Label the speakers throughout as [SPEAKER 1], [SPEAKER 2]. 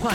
[SPEAKER 1] 话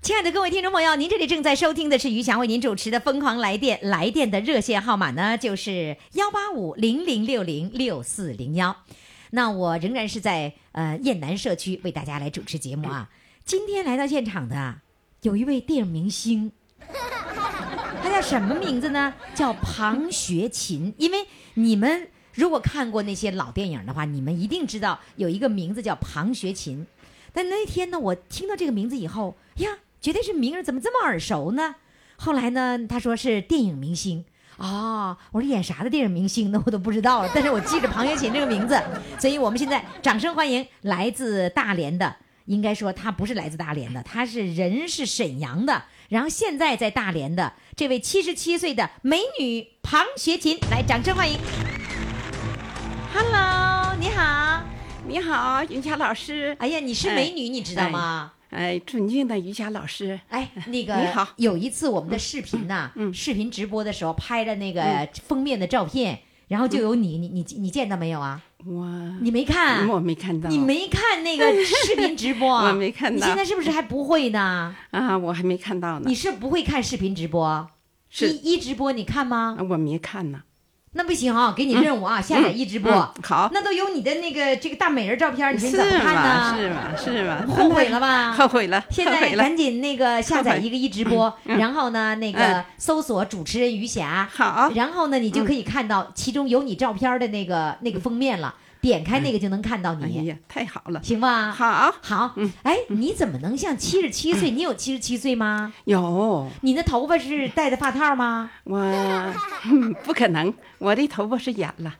[SPEAKER 2] 亲爱的各位听众朋友，您这里正在收听的是于翔为您主持的《疯狂来电》，来电的热线号码呢就是幺八五零零六零六四零幺。那我仍然是在呃燕南社区为大家来主持节目啊。今天来到现场的啊有一位电影明星，他叫什么名字呢？叫庞学勤。因为你们如果看过那些老电影的话，你们一定知道有一个名字叫庞学勤。但那天呢，我听到这个名字以后哎呀，绝对是名儿，怎么这么耳熟呢？后来呢，他说是电影明星。哦，我说演啥的电影明星呢？我都不知道了，但是我记着庞学勤这个名字，所以我们现在掌声欢迎来自大连的，应该说他不是来自大连的，他是人是沈阳的，然后现在在大连的这位七十七岁的美女庞学勤，来掌声欢迎。Hello，你好。
[SPEAKER 3] 你好，云霞老师。
[SPEAKER 2] 哎呀，你是美女，你知道吗？
[SPEAKER 3] 哎，尊敬的瑜伽老师，
[SPEAKER 2] 哎，那个
[SPEAKER 3] 你好嗯
[SPEAKER 2] 有一次我们的视频呐、视频直播的时候拍的那个封面的照片，然后就有你，你你你见到没有啊？
[SPEAKER 3] 嗯我
[SPEAKER 2] 你没看？
[SPEAKER 3] 我没看到，
[SPEAKER 2] 你没看那个视频直 播？
[SPEAKER 3] 我没看到
[SPEAKER 2] 你现在是不是还不会呢？
[SPEAKER 3] 啊？我还没看到呢
[SPEAKER 2] 你，是不会看视频直播？
[SPEAKER 3] 是
[SPEAKER 2] 一一直播你看吗？
[SPEAKER 3] 啊我没看呢。
[SPEAKER 2] 那不行啊，给你任务啊，下载一直播、
[SPEAKER 3] 嗯好
[SPEAKER 2] 那都有你的那个这个大美人照片，你说
[SPEAKER 3] 是
[SPEAKER 2] 你咋不看
[SPEAKER 3] 吗？
[SPEAKER 2] 呢？
[SPEAKER 3] 是吗？是吗？
[SPEAKER 2] 啊后悔了吧？
[SPEAKER 3] 后悔了，
[SPEAKER 2] 现
[SPEAKER 3] 后
[SPEAKER 2] 在
[SPEAKER 3] 悔了。
[SPEAKER 2] 赶紧那个下载一个一直播，然后呢，那个
[SPEAKER 3] 嗯
[SPEAKER 2] 搜索主持人余霞，
[SPEAKER 3] 好嗯
[SPEAKER 2] 然后呢，你就可以看到其中有你照片的那个那个封面了，点开那个就能看到
[SPEAKER 3] 哎
[SPEAKER 2] 你，
[SPEAKER 3] 呀，太好了，
[SPEAKER 2] 行吧？
[SPEAKER 3] 好嗯
[SPEAKER 2] 好，哎，你怎么能像七十七岁？你有七十七岁吗？
[SPEAKER 3] 有
[SPEAKER 2] 你的头发是戴的发套吗？
[SPEAKER 3] 我， 嗯不可能，我的头发是染了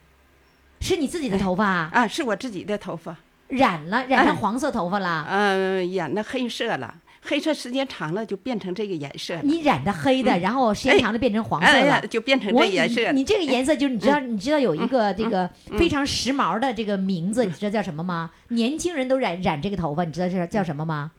[SPEAKER 2] 是你自己的头发
[SPEAKER 3] 啊，是我自己的头发，
[SPEAKER 2] 染了，染上
[SPEAKER 3] 哎
[SPEAKER 2] 黄色头发了，
[SPEAKER 3] 呃，染了黑色了，黑色时间长了就变成这个颜色了，
[SPEAKER 2] 你染的黑的，然后时间
[SPEAKER 3] 哎
[SPEAKER 2] 长了变成黄色
[SPEAKER 3] 哎
[SPEAKER 2] 了
[SPEAKER 3] 呀，。就变成
[SPEAKER 2] 我
[SPEAKER 3] 这嗯
[SPEAKER 2] 以
[SPEAKER 3] 颜色
[SPEAKER 2] 你
[SPEAKER 3] 了。
[SPEAKER 2] 这个颜色就是你知道，你知道有一个这
[SPEAKER 3] 嗯
[SPEAKER 2] 个非常时髦的这个名字，你知道叫什么吗？年轻人都染染这个头发，你知道是叫什么吗？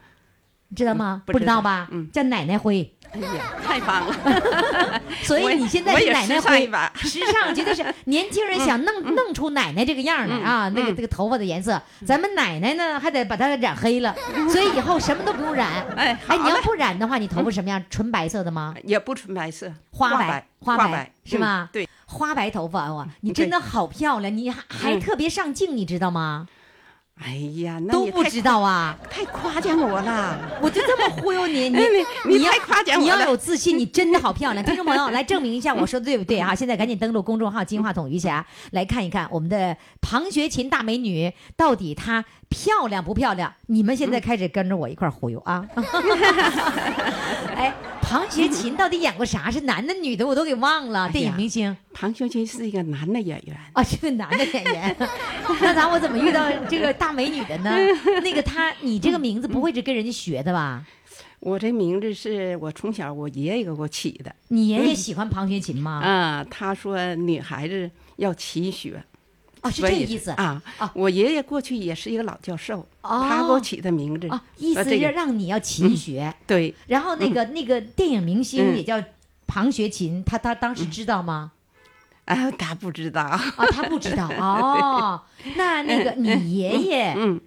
[SPEAKER 2] 你知道吗？
[SPEAKER 3] 不
[SPEAKER 2] 不知
[SPEAKER 3] 知道
[SPEAKER 2] 道吧？
[SPEAKER 3] 嗯
[SPEAKER 2] 叫奶奶灰。
[SPEAKER 3] 哎呀，太棒 了！
[SPEAKER 2] 所以你现在
[SPEAKER 3] 我
[SPEAKER 2] 是
[SPEAKER 3] 也
[SPEAKER 2] 奶奶
[SPEAKER 3] 时尚一
[SPEAKER 2] 灰
[SPEAKER 3] 把， 嗯
[SPEAKER 2] 时尚绝 对是年轻人想弄弄出奶奶这个样儿来啊！那个这个头发的颜色，
[SPEAKER 3] 嗯
[SPEAKER 2] 咱们奶奶呢还得把它染 黑了，所以以后什么都不用染。
[SPEAKER 3] 哎好
[SPEAKER 2] 哎，你要
[SPEAKER 3] 嘞嗯
[SPEAKER 2] 不染的话，你头发什么样？纯白色的吗？
[SPEAKER 3] 也不纯白色，
[SPEAKER 2] 花白
[SPEAKER 3] 白，
[SPEAKER 2] 花白
[SPEAKER 3] 白
[SPEAKER 2] 是
[SPEAKER 3] 嗯
[SPEAKER 2] 吧
[SPEAKER 3] 对，
[SPEAKER 2] 花白头发哇，你
[SPEAKER 3] 嗯
[SPEAKER 2] 真的好漂亮，你还还特别上镜，你知道吗？
[SPEAKER 3] 哎呀，那
[SPEAKER 2] 都
[SPEAKER 3] 你
[SPEAKER 2] 不
[SPEAKER 3] 太
[SPEAKER 2] 知道啊！
[SPEAKER 3] 太夸奖我了，
[SPEAKER 2] 我就这么忽 悠你，你
[SPEAKER 3] 哎你
[SPEAKER 2] 要
[SPEAKER 3] 太夸奖我
[SPEAKER 2] 你要
[SPEAKER 3] 了
[SPEAKER 2] 有自 信，你真的好漂亮。听众朋友，来证明一下我说的对不对啊？现在赶紧登录公众号“金话筒余霞”，来看一看我们的庞学琴大美女到底她漂亮不漂亮？你们现在开始跟着我一块儿忽悠 啊！哎，庞学琴到底演过啥？是男的女的？我都给忘
[SPEAKER 3] 哎
[SPEAKER 2] 了。电影明星。
[SPEAKER 3] 庞秀金是一个男的演员，
[SPEAKER 2] 啊，是个男的演员， 那咱我怎么遇到这个大美女的 呢？那个他，你这个名字不会是跟人家学的吧？
[SPEAKER 3] 我这名字是我从小我爷爷给我起的
[SPEAKER 2] 你爷爷喜欢庞学琴吗？
[SPEAKER 3] 啊，他说女孩子要勤学，
[SPEAKER 2] 啊，是
[SPEAKER 3] 所
[SPEAKER 2] 这
[SPEAKER 3] 以
[SPEAKER 2] 意思
[SPEAKER 3] 啊
[SPEAKER 2] 啊
[SPEAKER 3] 我爷爷过去也是一个老教授，
[SPEAKER 2] 哦
[SPEAKER 3] 他给我起的名字
[SPEAKER 2] 啊，意思
[SPEAKER 3] 说
[SPEAKER 2] 是
[SPEAKER 3] 这个嗯
[SPEAKER 2] 让你要勤学，
[SPEAKER 3] 对，嗯
[SPEAKER 2] 然后那个那个电影明星也叫庞学琴，他他当时知道吗？
[SPEAKER 3] 啊，他不知
[SPEAKER 2] 啊
[SPEAKER 3] 道，
[SPEAKER 2] 哦啊，他不知道哦。那那个你爷爷，
[SPEAKER 3] 嗯，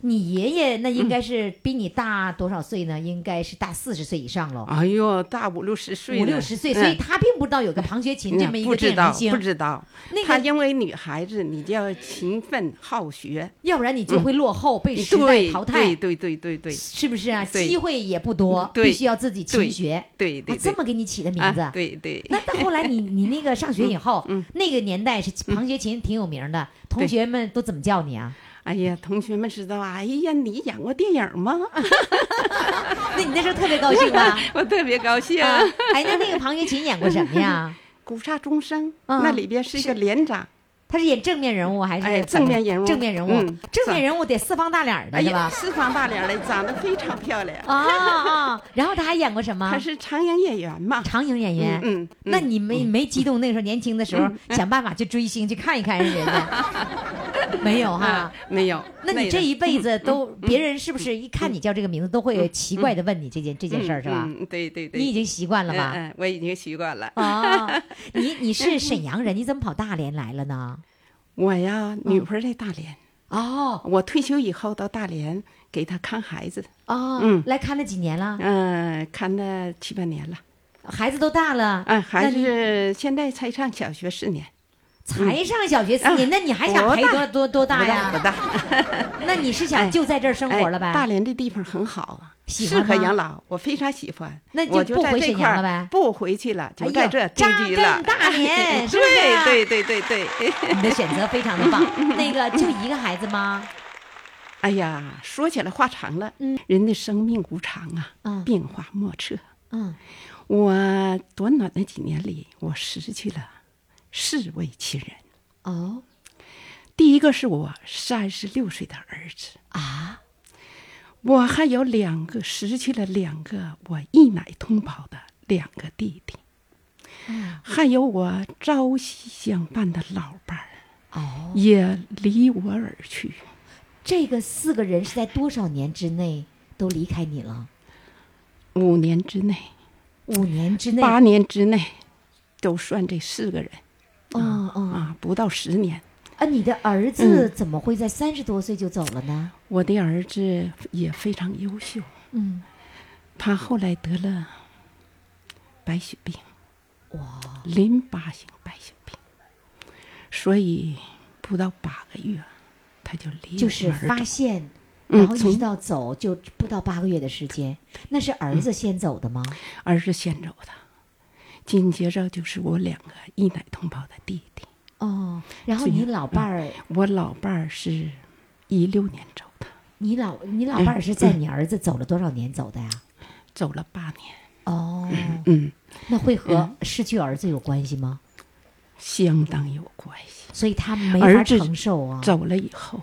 [SPEAKER 2] 你爷爷那应该是比你大多少岁呢？应该是大四十岁以上了，
[SPEAKER 3] 哎呦，大五六十岁了，
[SPEAKER 2] 五六十岁，所以
[SPEAKER 3] 嗯
[SPEAKER 2] 他并不知道有个庞学琴这么一
[SPEAKER 3] 不
[SPEAKER 2] 个
[SPEAKER 3] 知
[SPEAKER 2] 电
[SPEAKER 3] 道
[SPEAKER 2] 明，星
[SPEAKER 3] 不，知道。
[SPEAKER 2] 那
[SPEAKER 3] 她
[SPEAKER 2] 个
[SPEAKER 3] 因为女孩子，你就要勤奋好学，
[SPEAKER 2] 要不然你就
[SPEAKER 3] 嗯
[SPEAKER 2] 会落后，被时代
[SPEAKER 3] 对
[SPEAKER 2] 淘汰，
[SPEAKER 3] 对对对对对
[SPEAKER 2] 是不是啊？
[SPEAKER 3] 对嗯
[SPEAKER 2] 机会也不多，
[SPEAKER 3] 对
[SPEAKER 2] 必须要自己勤
[SPEAKER 3] 对
[SPEAKER 2] 学。
[SPEAKER 3] 对对
[SPEAKER 2] 啊，这么给你起的名字
[SPEAKER 3] 啊，。对嗯对，
[SPEAKER 2] 那到后来你你那个上学以后，那个 年代是庞学琴挺有名的，
[SPEAKER 3] 嗯
[SPEAKER 2] 同
[SPEAKER 3] 对
[SPEAKER 2] 学们都怎么叫你啊？
[SPEAKER 3] 哎呀，同学们知道，哎呀，你演过电影吗？
[SPEAKER 2] 那你那时候特别高兴
[SPEAKER 4] 啊
[SPEAKER 2] 啊 吗？
[SPEAKER 3] 我特别高兴。
[SPEAKER 2] 啊，哎，那那个庞学琴演过什么呀？
[SPEAKER 3] 古刹钟声，
[SPEAKER 2] 嗯
[SPEAKER 3] 那里边是一个连长，
[SPEAKER 2] 他是演正面人物还是
[SPEAKER 3] 哎
[SPEAKER 2] 反面
[SPEAKER 3] 正面人物
[SPEAKER 2] 正面人物
[SPEAKER 3] 嗯，
[SPEAKER 2] 正面人物得四方大脸儿的
[SPEAKER 3] 哎
[SPEAKER 2] 是
[SPEAKER 3] 呀，
[SPEAKER 2] 吧？
[SPEAKER 3] 四方大脸的，长得非常漂亮。
[SPEAKER 2] 啊啊！然后他还演过什么
[SPEAKER 3] 她？是长影演员嘛？
[SPEAKER 2] 长影演员。
[SPEAKER 3] 嗯嗯嗯
[SPEAKER 2] 那你没没激动？那个时候年轻的时候，想办法去追星，去看一看人家， 没有哈
[SPEAKER 3] 啊？，没嗯有。
[SPEAKER 2] 那你
[SPEAKER 3] 个
[SPEAKER 2] 这一辈 子都，别人是不是一看你叫这个名字，都会奇怪的问你这件这件事儿是吧？
[SPEAKER 3] 嗯嗯对对对，
[SPEAKER 2] 你已经习惯了
[SPEAKER 3] 嗯
[SPEAKER 2] 吧？
[SPEAKER 3] 嗯，我已经习惯了。
[SPEAKER 2] 啊，你你是沈阳人，你怎么跑大连来了呢？嗯
[SPEAKER 3] 我呀，女朋友在大连，
[SPEAKER 2] 哦
[SPEAKER 3] 我退休以后到大连给她看孩子，
[SPEAKER 2] 哦
[SPEAKER 3] 嗯，
[SPEAKER 2] 来看了几年了？
[SPEAKER 3] 嗯，看了七八年了。
[SPEAKER 2] 孩子都大了，
[SPEAKER 3] 嗯，孩
[SPEAKER 2] 那你
[SPEAKER 3] 子现在才上小学四年，嗯啊
[SPEAKER 2] 才上小学四年，那你还想
[SPEAKER 3] 多
[SPEAKER 2] 陪多多多大
[SPEAKER 3] 不
[SPEAKER 2] 呀？
[SPEAKER 3] 大不大。
[SPEAKER 2] 那你是想
[SPEAKER 3] 哎
[SPEAKER 2] 就在这儿生活了
[SPEAKER 3] 哎大
[SPEAKER 2] 呗？
[SPEAKER 3] 连这地方很好啊，
[SPEAKER 2] 喜
[SPEAKER 3] 适
[SPEAKER 2] 欢
[SPEAKER 3] 合
[SPEAKER 2] 吗
[SPEAKER 3] 养老，我非常喜欢。
[SPEAKER 2] 那就
[SPEAKER 3] 我就
[SPEAKER 2] 不
[SPEAKER 3] 在
[SPEAKER 2] 回
[SPEAKER 3] 这
[SPEAKER 2] 沈
[SPEAKER 3] 块
[SPEAKER 2] 阳
[SPEAKER 3] 儿
[SPEAKER 2] 了呗
[SPEAKER 3] 不回去了，就
[SPEAKER 2] 哎
[SPEAKER 3] 在
[SPEAKER 2] 呦
[SPEAKER 3] 这儿定
[SPEAKER 2] 扎
[SPEAKER 3] 居了
[SPEAKER 2] 根。大连，是不是啊？
[SPEAKER 3] 对对对对对，
[SPEAKER 2] 你的选择非常 的棒。那个就一个孩子吗？
[SPEAKER 3] 哎呀，说起来话长了，
[SPEAKER 2] 嗯
[SPEAKER 3] 人的生命无常啊，
[SPEAKER 2] 嗯
[SPEAKER 3] 变化莫测。
[SPEAKER 2] 嗯，
[SPEAKER 3] 我短短的几年里，我失去了四位亲人。
[SPEAKER 2] 哦
[SPEAKER 3] 第一个是我三十六岁的儿子，
[SPEAKER 2] 啊，
[SPEAKER 3] 我还有两个失去了两个我一奶同胞的两个弟弟，
[SPEAKER 2] 嗯
[SPEAKER 3] 还有我朝夕相伴的老伴儿
[SPEAKER 2] 哦，
[SPEAKER 3] 也离我而去。
[SPEAKER 2] 这个四个人是在多少年之内都离开你了？
[SPEAKER 3] 五年之内，
[SPEAKER 2] 五年之内？
[SPEAKER 3] 八年之内，都算这四个人
[SPEAKER 2] 嗯嗯
[SPEAKER 3] 啊，不到十年。嗯
[SPEAKER 2] 啊！你的儿子怎么会在三十多岁就走了呢？
[SPEAKER 3] 我的儿子也非常优秀，
[SPEAKER 2] 嗯，
[SPEAKER 3] 他后来得了白血病，哇，淋巴性白血病，所以不到八个月，他就离
[SPEAKER 2] 就是
[SPEAKER 3] 我们而
[SPEAKER 2] 发
[SPEAKER 3] 走
[SPEAKER 2] 现，
[SPEAKER 3] 嗯
[SPEAKER 2] 然后一直
[SPEAKER 3] 从
[SPEAKER 2] 到走就不到八个月的时间，那是儿子先走的吗？
[SPEAKER 3] 嗯儿子先走的，紧接着就是我两个一奶同胞的弟弟，
[SPEAKER 2] 哦，然后
[SPEAKER 3] 最
[SPEAKER 2] 你
[SPEAKER 3] 后
[SPEAKER 2] 老伴儿，
[SPEAKER 3] 我老伴儿是一六年走的，
[SPEAKER 2] 你老你老伴儿是
[SPEAKER 3] 嗯
[SPEAKER 2] 在你儿子走了多少年走的呀？
[SPEAKER 3] 走了八年，
[SPEAKER 2] 哦，
[SPEAKER 3] 嗯，
[SPEAKER 2] 那会和失去儿子有关系吗？
[SPEAKER 3] 相当有关系。
[SPEAKER 2] 所以他没
[SPEAKER 3] 儿
[SPEAKER 2] 法
[SPEAKER 3] 子
[SPEAKER 2] 承受啊，
[SPEAKER 3] 走了以后，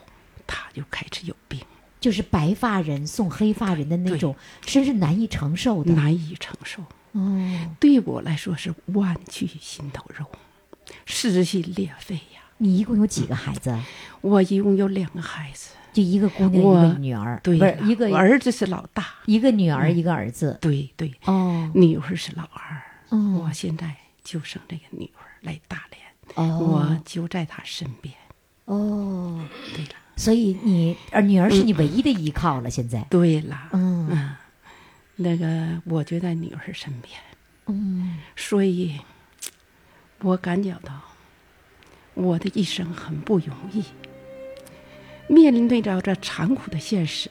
[SPEAKER 3] 他就开始有病，
[SPEAKER 2] 就是白发人送黑发人的那种，真是难以承受的。
[SPEAKER 3] 难以承受。
[SPEAKER 2] 哦，
[SPEAKER 3] 对我来说是万具心头肉，撕心裂肺呀！
[SPEAKER 2] 你一共有几个孩子？
[SPEAKER 3] 我一共有两个孩子，
[SPEAKER 2] 就一个姑娘，
[SPEAKER 3] 我
[SPEAKER 2] 一个女儿，
[SPEAKER 3] 对
[SPEAKER 2] 不
[SPEAKER 3] 呀
[SPEAKER 2] 是，一
[SPEAKER 3] 我
[SPEAKER 2] 个
[SPEAKER 3] 儿子是老大，嗯
[SPEAKER 2] 一个女儿，一个儿子。
[SPEAKER 3] 对对，
[SPEAKER 2] 哦，
[SPEAKER 3] 女儿是老二，
[SPEAKER 2] 嗯
[SPEAKER 3] 我，现在就剩这个女儿来大连，
[SPEAKER 2] 哦
[SPEAKER 3] 我，就在她身边。
[SPEAKER 2] 哦，
[SPEAKER 3] 对了，
[SPEAKER 2] 所以你呃女儿是你唯一的依靠了，现在。
[SPEAKER 3] 对了，
[SPEAKER 2] 嗯
[SPEAKER 3] 嗯，那个我就在女儿身边，
[SPEAKER 2] 嗯，
[SPEAKER 3] 所以我感觉到我的一生很不容易。面对着这残酷的现实，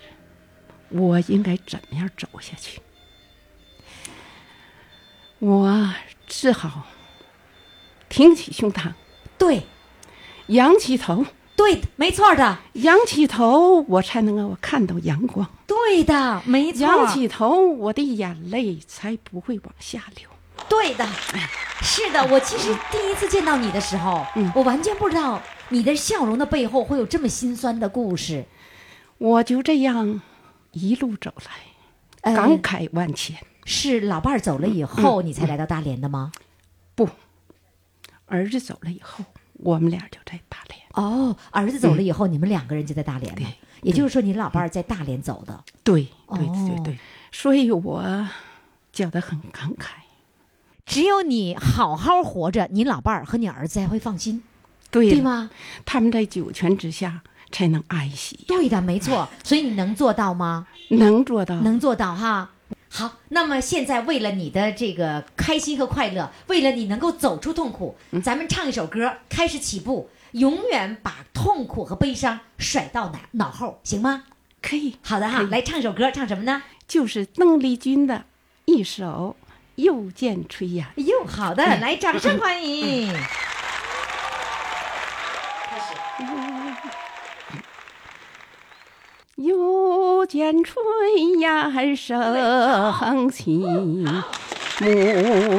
[SPEAKER 3] 我应该怎么样走下去？我只好挺起胸膛，
[SPEAKER 2] 对
[SPEAKER 3] 扬起头，
[SPEAKER 2] 对，没错的，
[SPEAKER 3] 扬起头，我才能够看到阳光。
[SPEAKER 2] 对的，没错，
[SPEAKER 3] 扬起头，我的眼泪才不会往下流。哎
[SPEAKER 2] 对的，是的。我其实第一次见到你的时候，
[SPEAKER 3] 嗯
[SPEAKER 2] 我完全不知道你的笑容的背后会有这么心酸的故事。
[SPEAKER 3] 我就这样一路走来。
[SPEAKER 2] 呃
[SPEAKER 3] 感慨万千。嗯
[SPEAKER 2] 是老伴儿走了以后，你才来到大连的吗？
[SPEAKER 3] 不，儿子走了以后，我们俩就在大连。
[SPEAKER 2] 哦，儿子走了以后，你们两个人就在大连了。也就是说，你老伴儿在大连走的。
[SPEAKER 3] 对对
[SPEAKER 2] 哦
[SPEAKER 3] 对对，所以我觉得很感慨。
[SPEAKER 2] 只有你好好活着，你老伴儿和你儿子才会放心，
[SPEAKER 3] 对
[SPEAKER 2] 对
[SPEAKER 3] 了
[SPEAKER 2] 吗？
[SPEAKER 3] 他们在九泉之下才能安息，
[SPEAKER 2] 对的，没错。所以你能做到吗？
[SPEAKER 3] 能做到。
[SPEAKER 2] 能做到哈。好，那么现在为了你的这个开心和快乐，为了你能够走出痛苦，
[SPEAKER 3] 嗯
[SPEAKER 2] 咱们唱一首歌，开始起步，永远把痛苦和悲伤甩到脑脑后，行吗？
[SPEAKER 3] 可以，
[SPEAKER 2] 好的哈，来唱首歌，唱什么呢？
[SPEAKER 3] 就是邓丽君的一首《又见炊烟》。嗯
[SPEAKER 2] 哎呦，好的，来掌声欢迎。
[SPEAKER 3] 又见炊烟升起，暮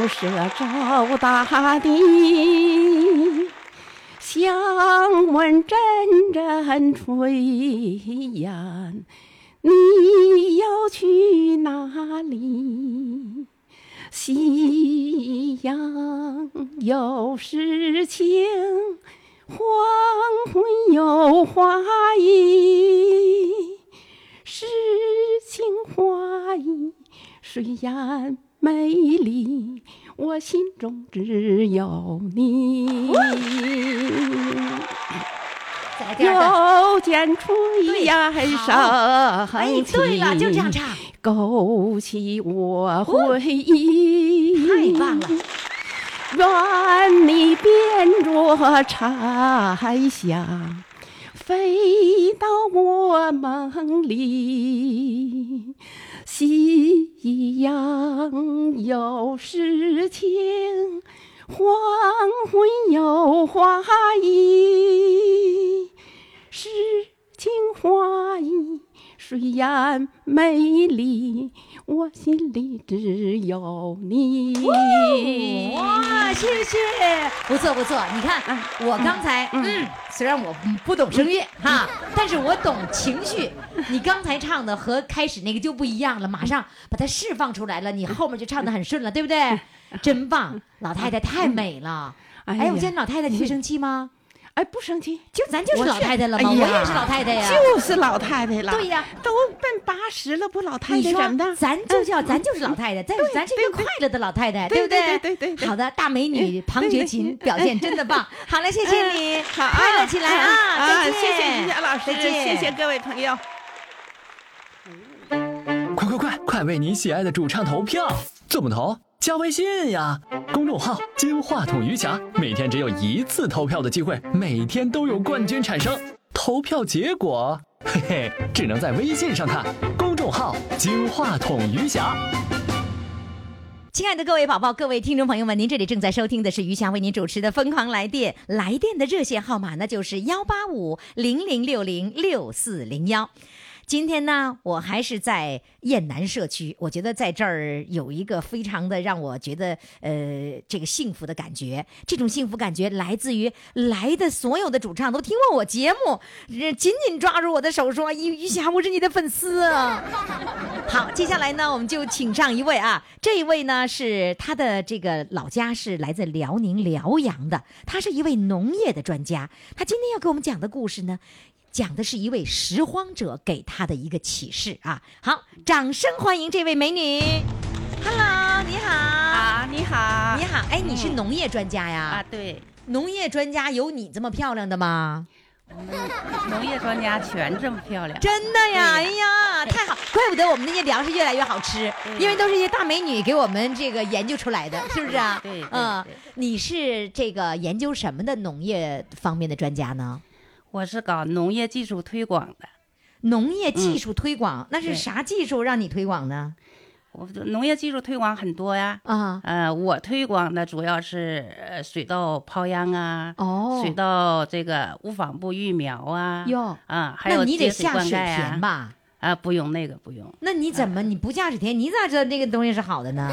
[SPEAKER 3] 色罩大地。想问阵阵炊烟，你要去哪里？夕阳有诗情，黄昏有画意。诗情画意虽然美丽，我心中只有你。
[SPEAKER 2] 再来第二段。
[SPEAKER 3] 又见炊烟
[SPEAKER 2] 哎
[SPEAKER 3] 升，起，
[SPEAKER 2] 对了，就这样唱，
[SPEAKER 3] 勾起我回忆。
[SPEAKER 2] 太棒了！
[SPEAKER 3] 愿你变作柴香，飞到我梦里。夕阳有诗情，黄昏有画意。诗情画意虽然美丽，我心里只有你。
[SPEAKER 2] 哇，谢谢，不错不错。你看，啊我刚才嗯，虽然我不懂声乐
[SPEAKER 3] 嗯
[SPEAKER 2] 哈，但是我懂情绪。你刚才唱的和开始那个就不一样了，
[SPEAKER 3] 嗯
[SPEAKER 2] 马上把它释放出来了，你后面就唱的很顺了，对不对？真棒，老太太太美了。
[SPEAKER 3] 嗯哎
[SPEAKER 2] 哎，我
[SPEAKER 3] 呀
[SPEAKER 2] 见老太太，你会生气吗？
[SPEAKER 3] 哎，不生气，
[SPEAKER 2] 就咱就是老太太了吗？
[SPEAKER 3] 哎
[SPEAKER 2] 我
[SPEAKER 3] 呀
[SPEAKER 2] 也是老太太呀。
[SPEAKER 3] 就是老太太了。
[SPEAKER 2] 对呀
[SPEAKER 3] 都奔八十了，不老太
[SPEAKER 2] 你
[SPEAKER 3] 太嗯
[SPEAKER 2] 说
[SPEAKER 3] 怎么的？
[SPEAKER 2] 咱就叫咱就是老太太，咱咱是一个快乐的老太太，
[SPEAKER 3] 对
[SPEAKER 2] 不
[SPEAKER 3] 对
[SPEAKER 2] 对？
[SPEAKER 3] 对对对哎
[SPEAKER 2] 好的，大美女庞觉琴表现真 的棒。好了，谢谢你，
[SPEAKER 3] 好啊，
[SPEAKER 2] 快乐起来啊！
[SPEAKER 3] 啊
[SPEAKER 2] 再见，
[SPEAKER 3] 谢谢于霞老师，
[SPEAKER 2] 再见
[SPEAKER 3] 谢谢各位朋友。
[SPEAKER 1] 快快快，快为你喜爱的主唱投票！怎么投？加微信呀，公众号“金话筒余霞”，每天只有一次投票的机会，每天都有冠军产生。投票结果，嘿嘿，只能在微信上看。公众号“金话筒余霞”。
[SPEAKER 2] 亲爱的各位宝宝、各位听众朋友们，您这里正在收听的是于霞为您主持的《疯狂来电》，来电的热线号码呢就是幺八五零零六零六四零幺。今天呢，我还是在燕南社区，我觉得在这儿有一个非常的让我觉得呃这个幸福的感觉，这种幸福感觉来自于来的所有的主唱都听过我节目，呃紧紧抓住我的手说：“于于霞，我是你的粉丝啊！”好，接下来呢，我们就请上一位啊，这一位呢是他的这个老家是来自辽宁辽阳的，他是一位农业的专家，他今天要给我们讲的故事呢，讲的是一位拾荒者给他的一个启示啊。好，掌声欢迎这位美女，Hello，你好。
[SPEAKER 4] 啊，你好，
[SPEAKER 2] 你好，哎，你是农业专家
[SPEAKER 4] 啊
[SPEAKER 2] 呀？，
[SPEAKER 4] 对，
[SPEAKER 2] 农业专家有你这么漂亮的吗？
[SPEAKER 4] 农业专家全这么漂亮，
[SPEAKER 2] 真的呀，哎
[SPEAKER 4] 对嗯
[SPEAKER 2] 呀，太好，怪不得我们那些粮食越来越好吃，因为都是一些大美女给我们这个研究出 来的，是不是啊？
[SPEAKER 4] 对对对
[SPEAKER 2] 嗯，你是这个研究什么的农业方面的专家呢？
[SPEAKER 4] 我是搞农业技术推广的，
[SPEAKER 2] 农业技术推广，那
[SPEAKER 4] 嗯
[SPEAKER 2] 是
[SPEAKER 4] 对
[SPEAKER 2] 啥技术让你推广呢？
[SPEAKER 4] 我农业技术推广很多呀。
[SPEAKER 2] 啊，
[SPEAKER 4] 呃，我推广的主要是呃水稻抛秧啊，
[SPEAKER 2] 哦
[SPEAKER 4] 水稻这个无纺布育苗啊，
[SPEAKER 2] 哟
[SPEAKER 4] 啊，还
[SPEAKER 2] 那
[SPEAKER 4] 有
[SPEAKER 2] 你得
[SPEAKER 4] 节水
[SPEAKER 2] 下
[SPEAKER 4] 灌
[SPEAKER 2] 水
[SPEAKER 4] 溉啊
[SPEAKER 2] 田？吧？
[SPEAKER 4] 啊，不用那个不用，
[SPEAKER 2] 那你怎么你不下水田，你咋知道那个东西是好的呢？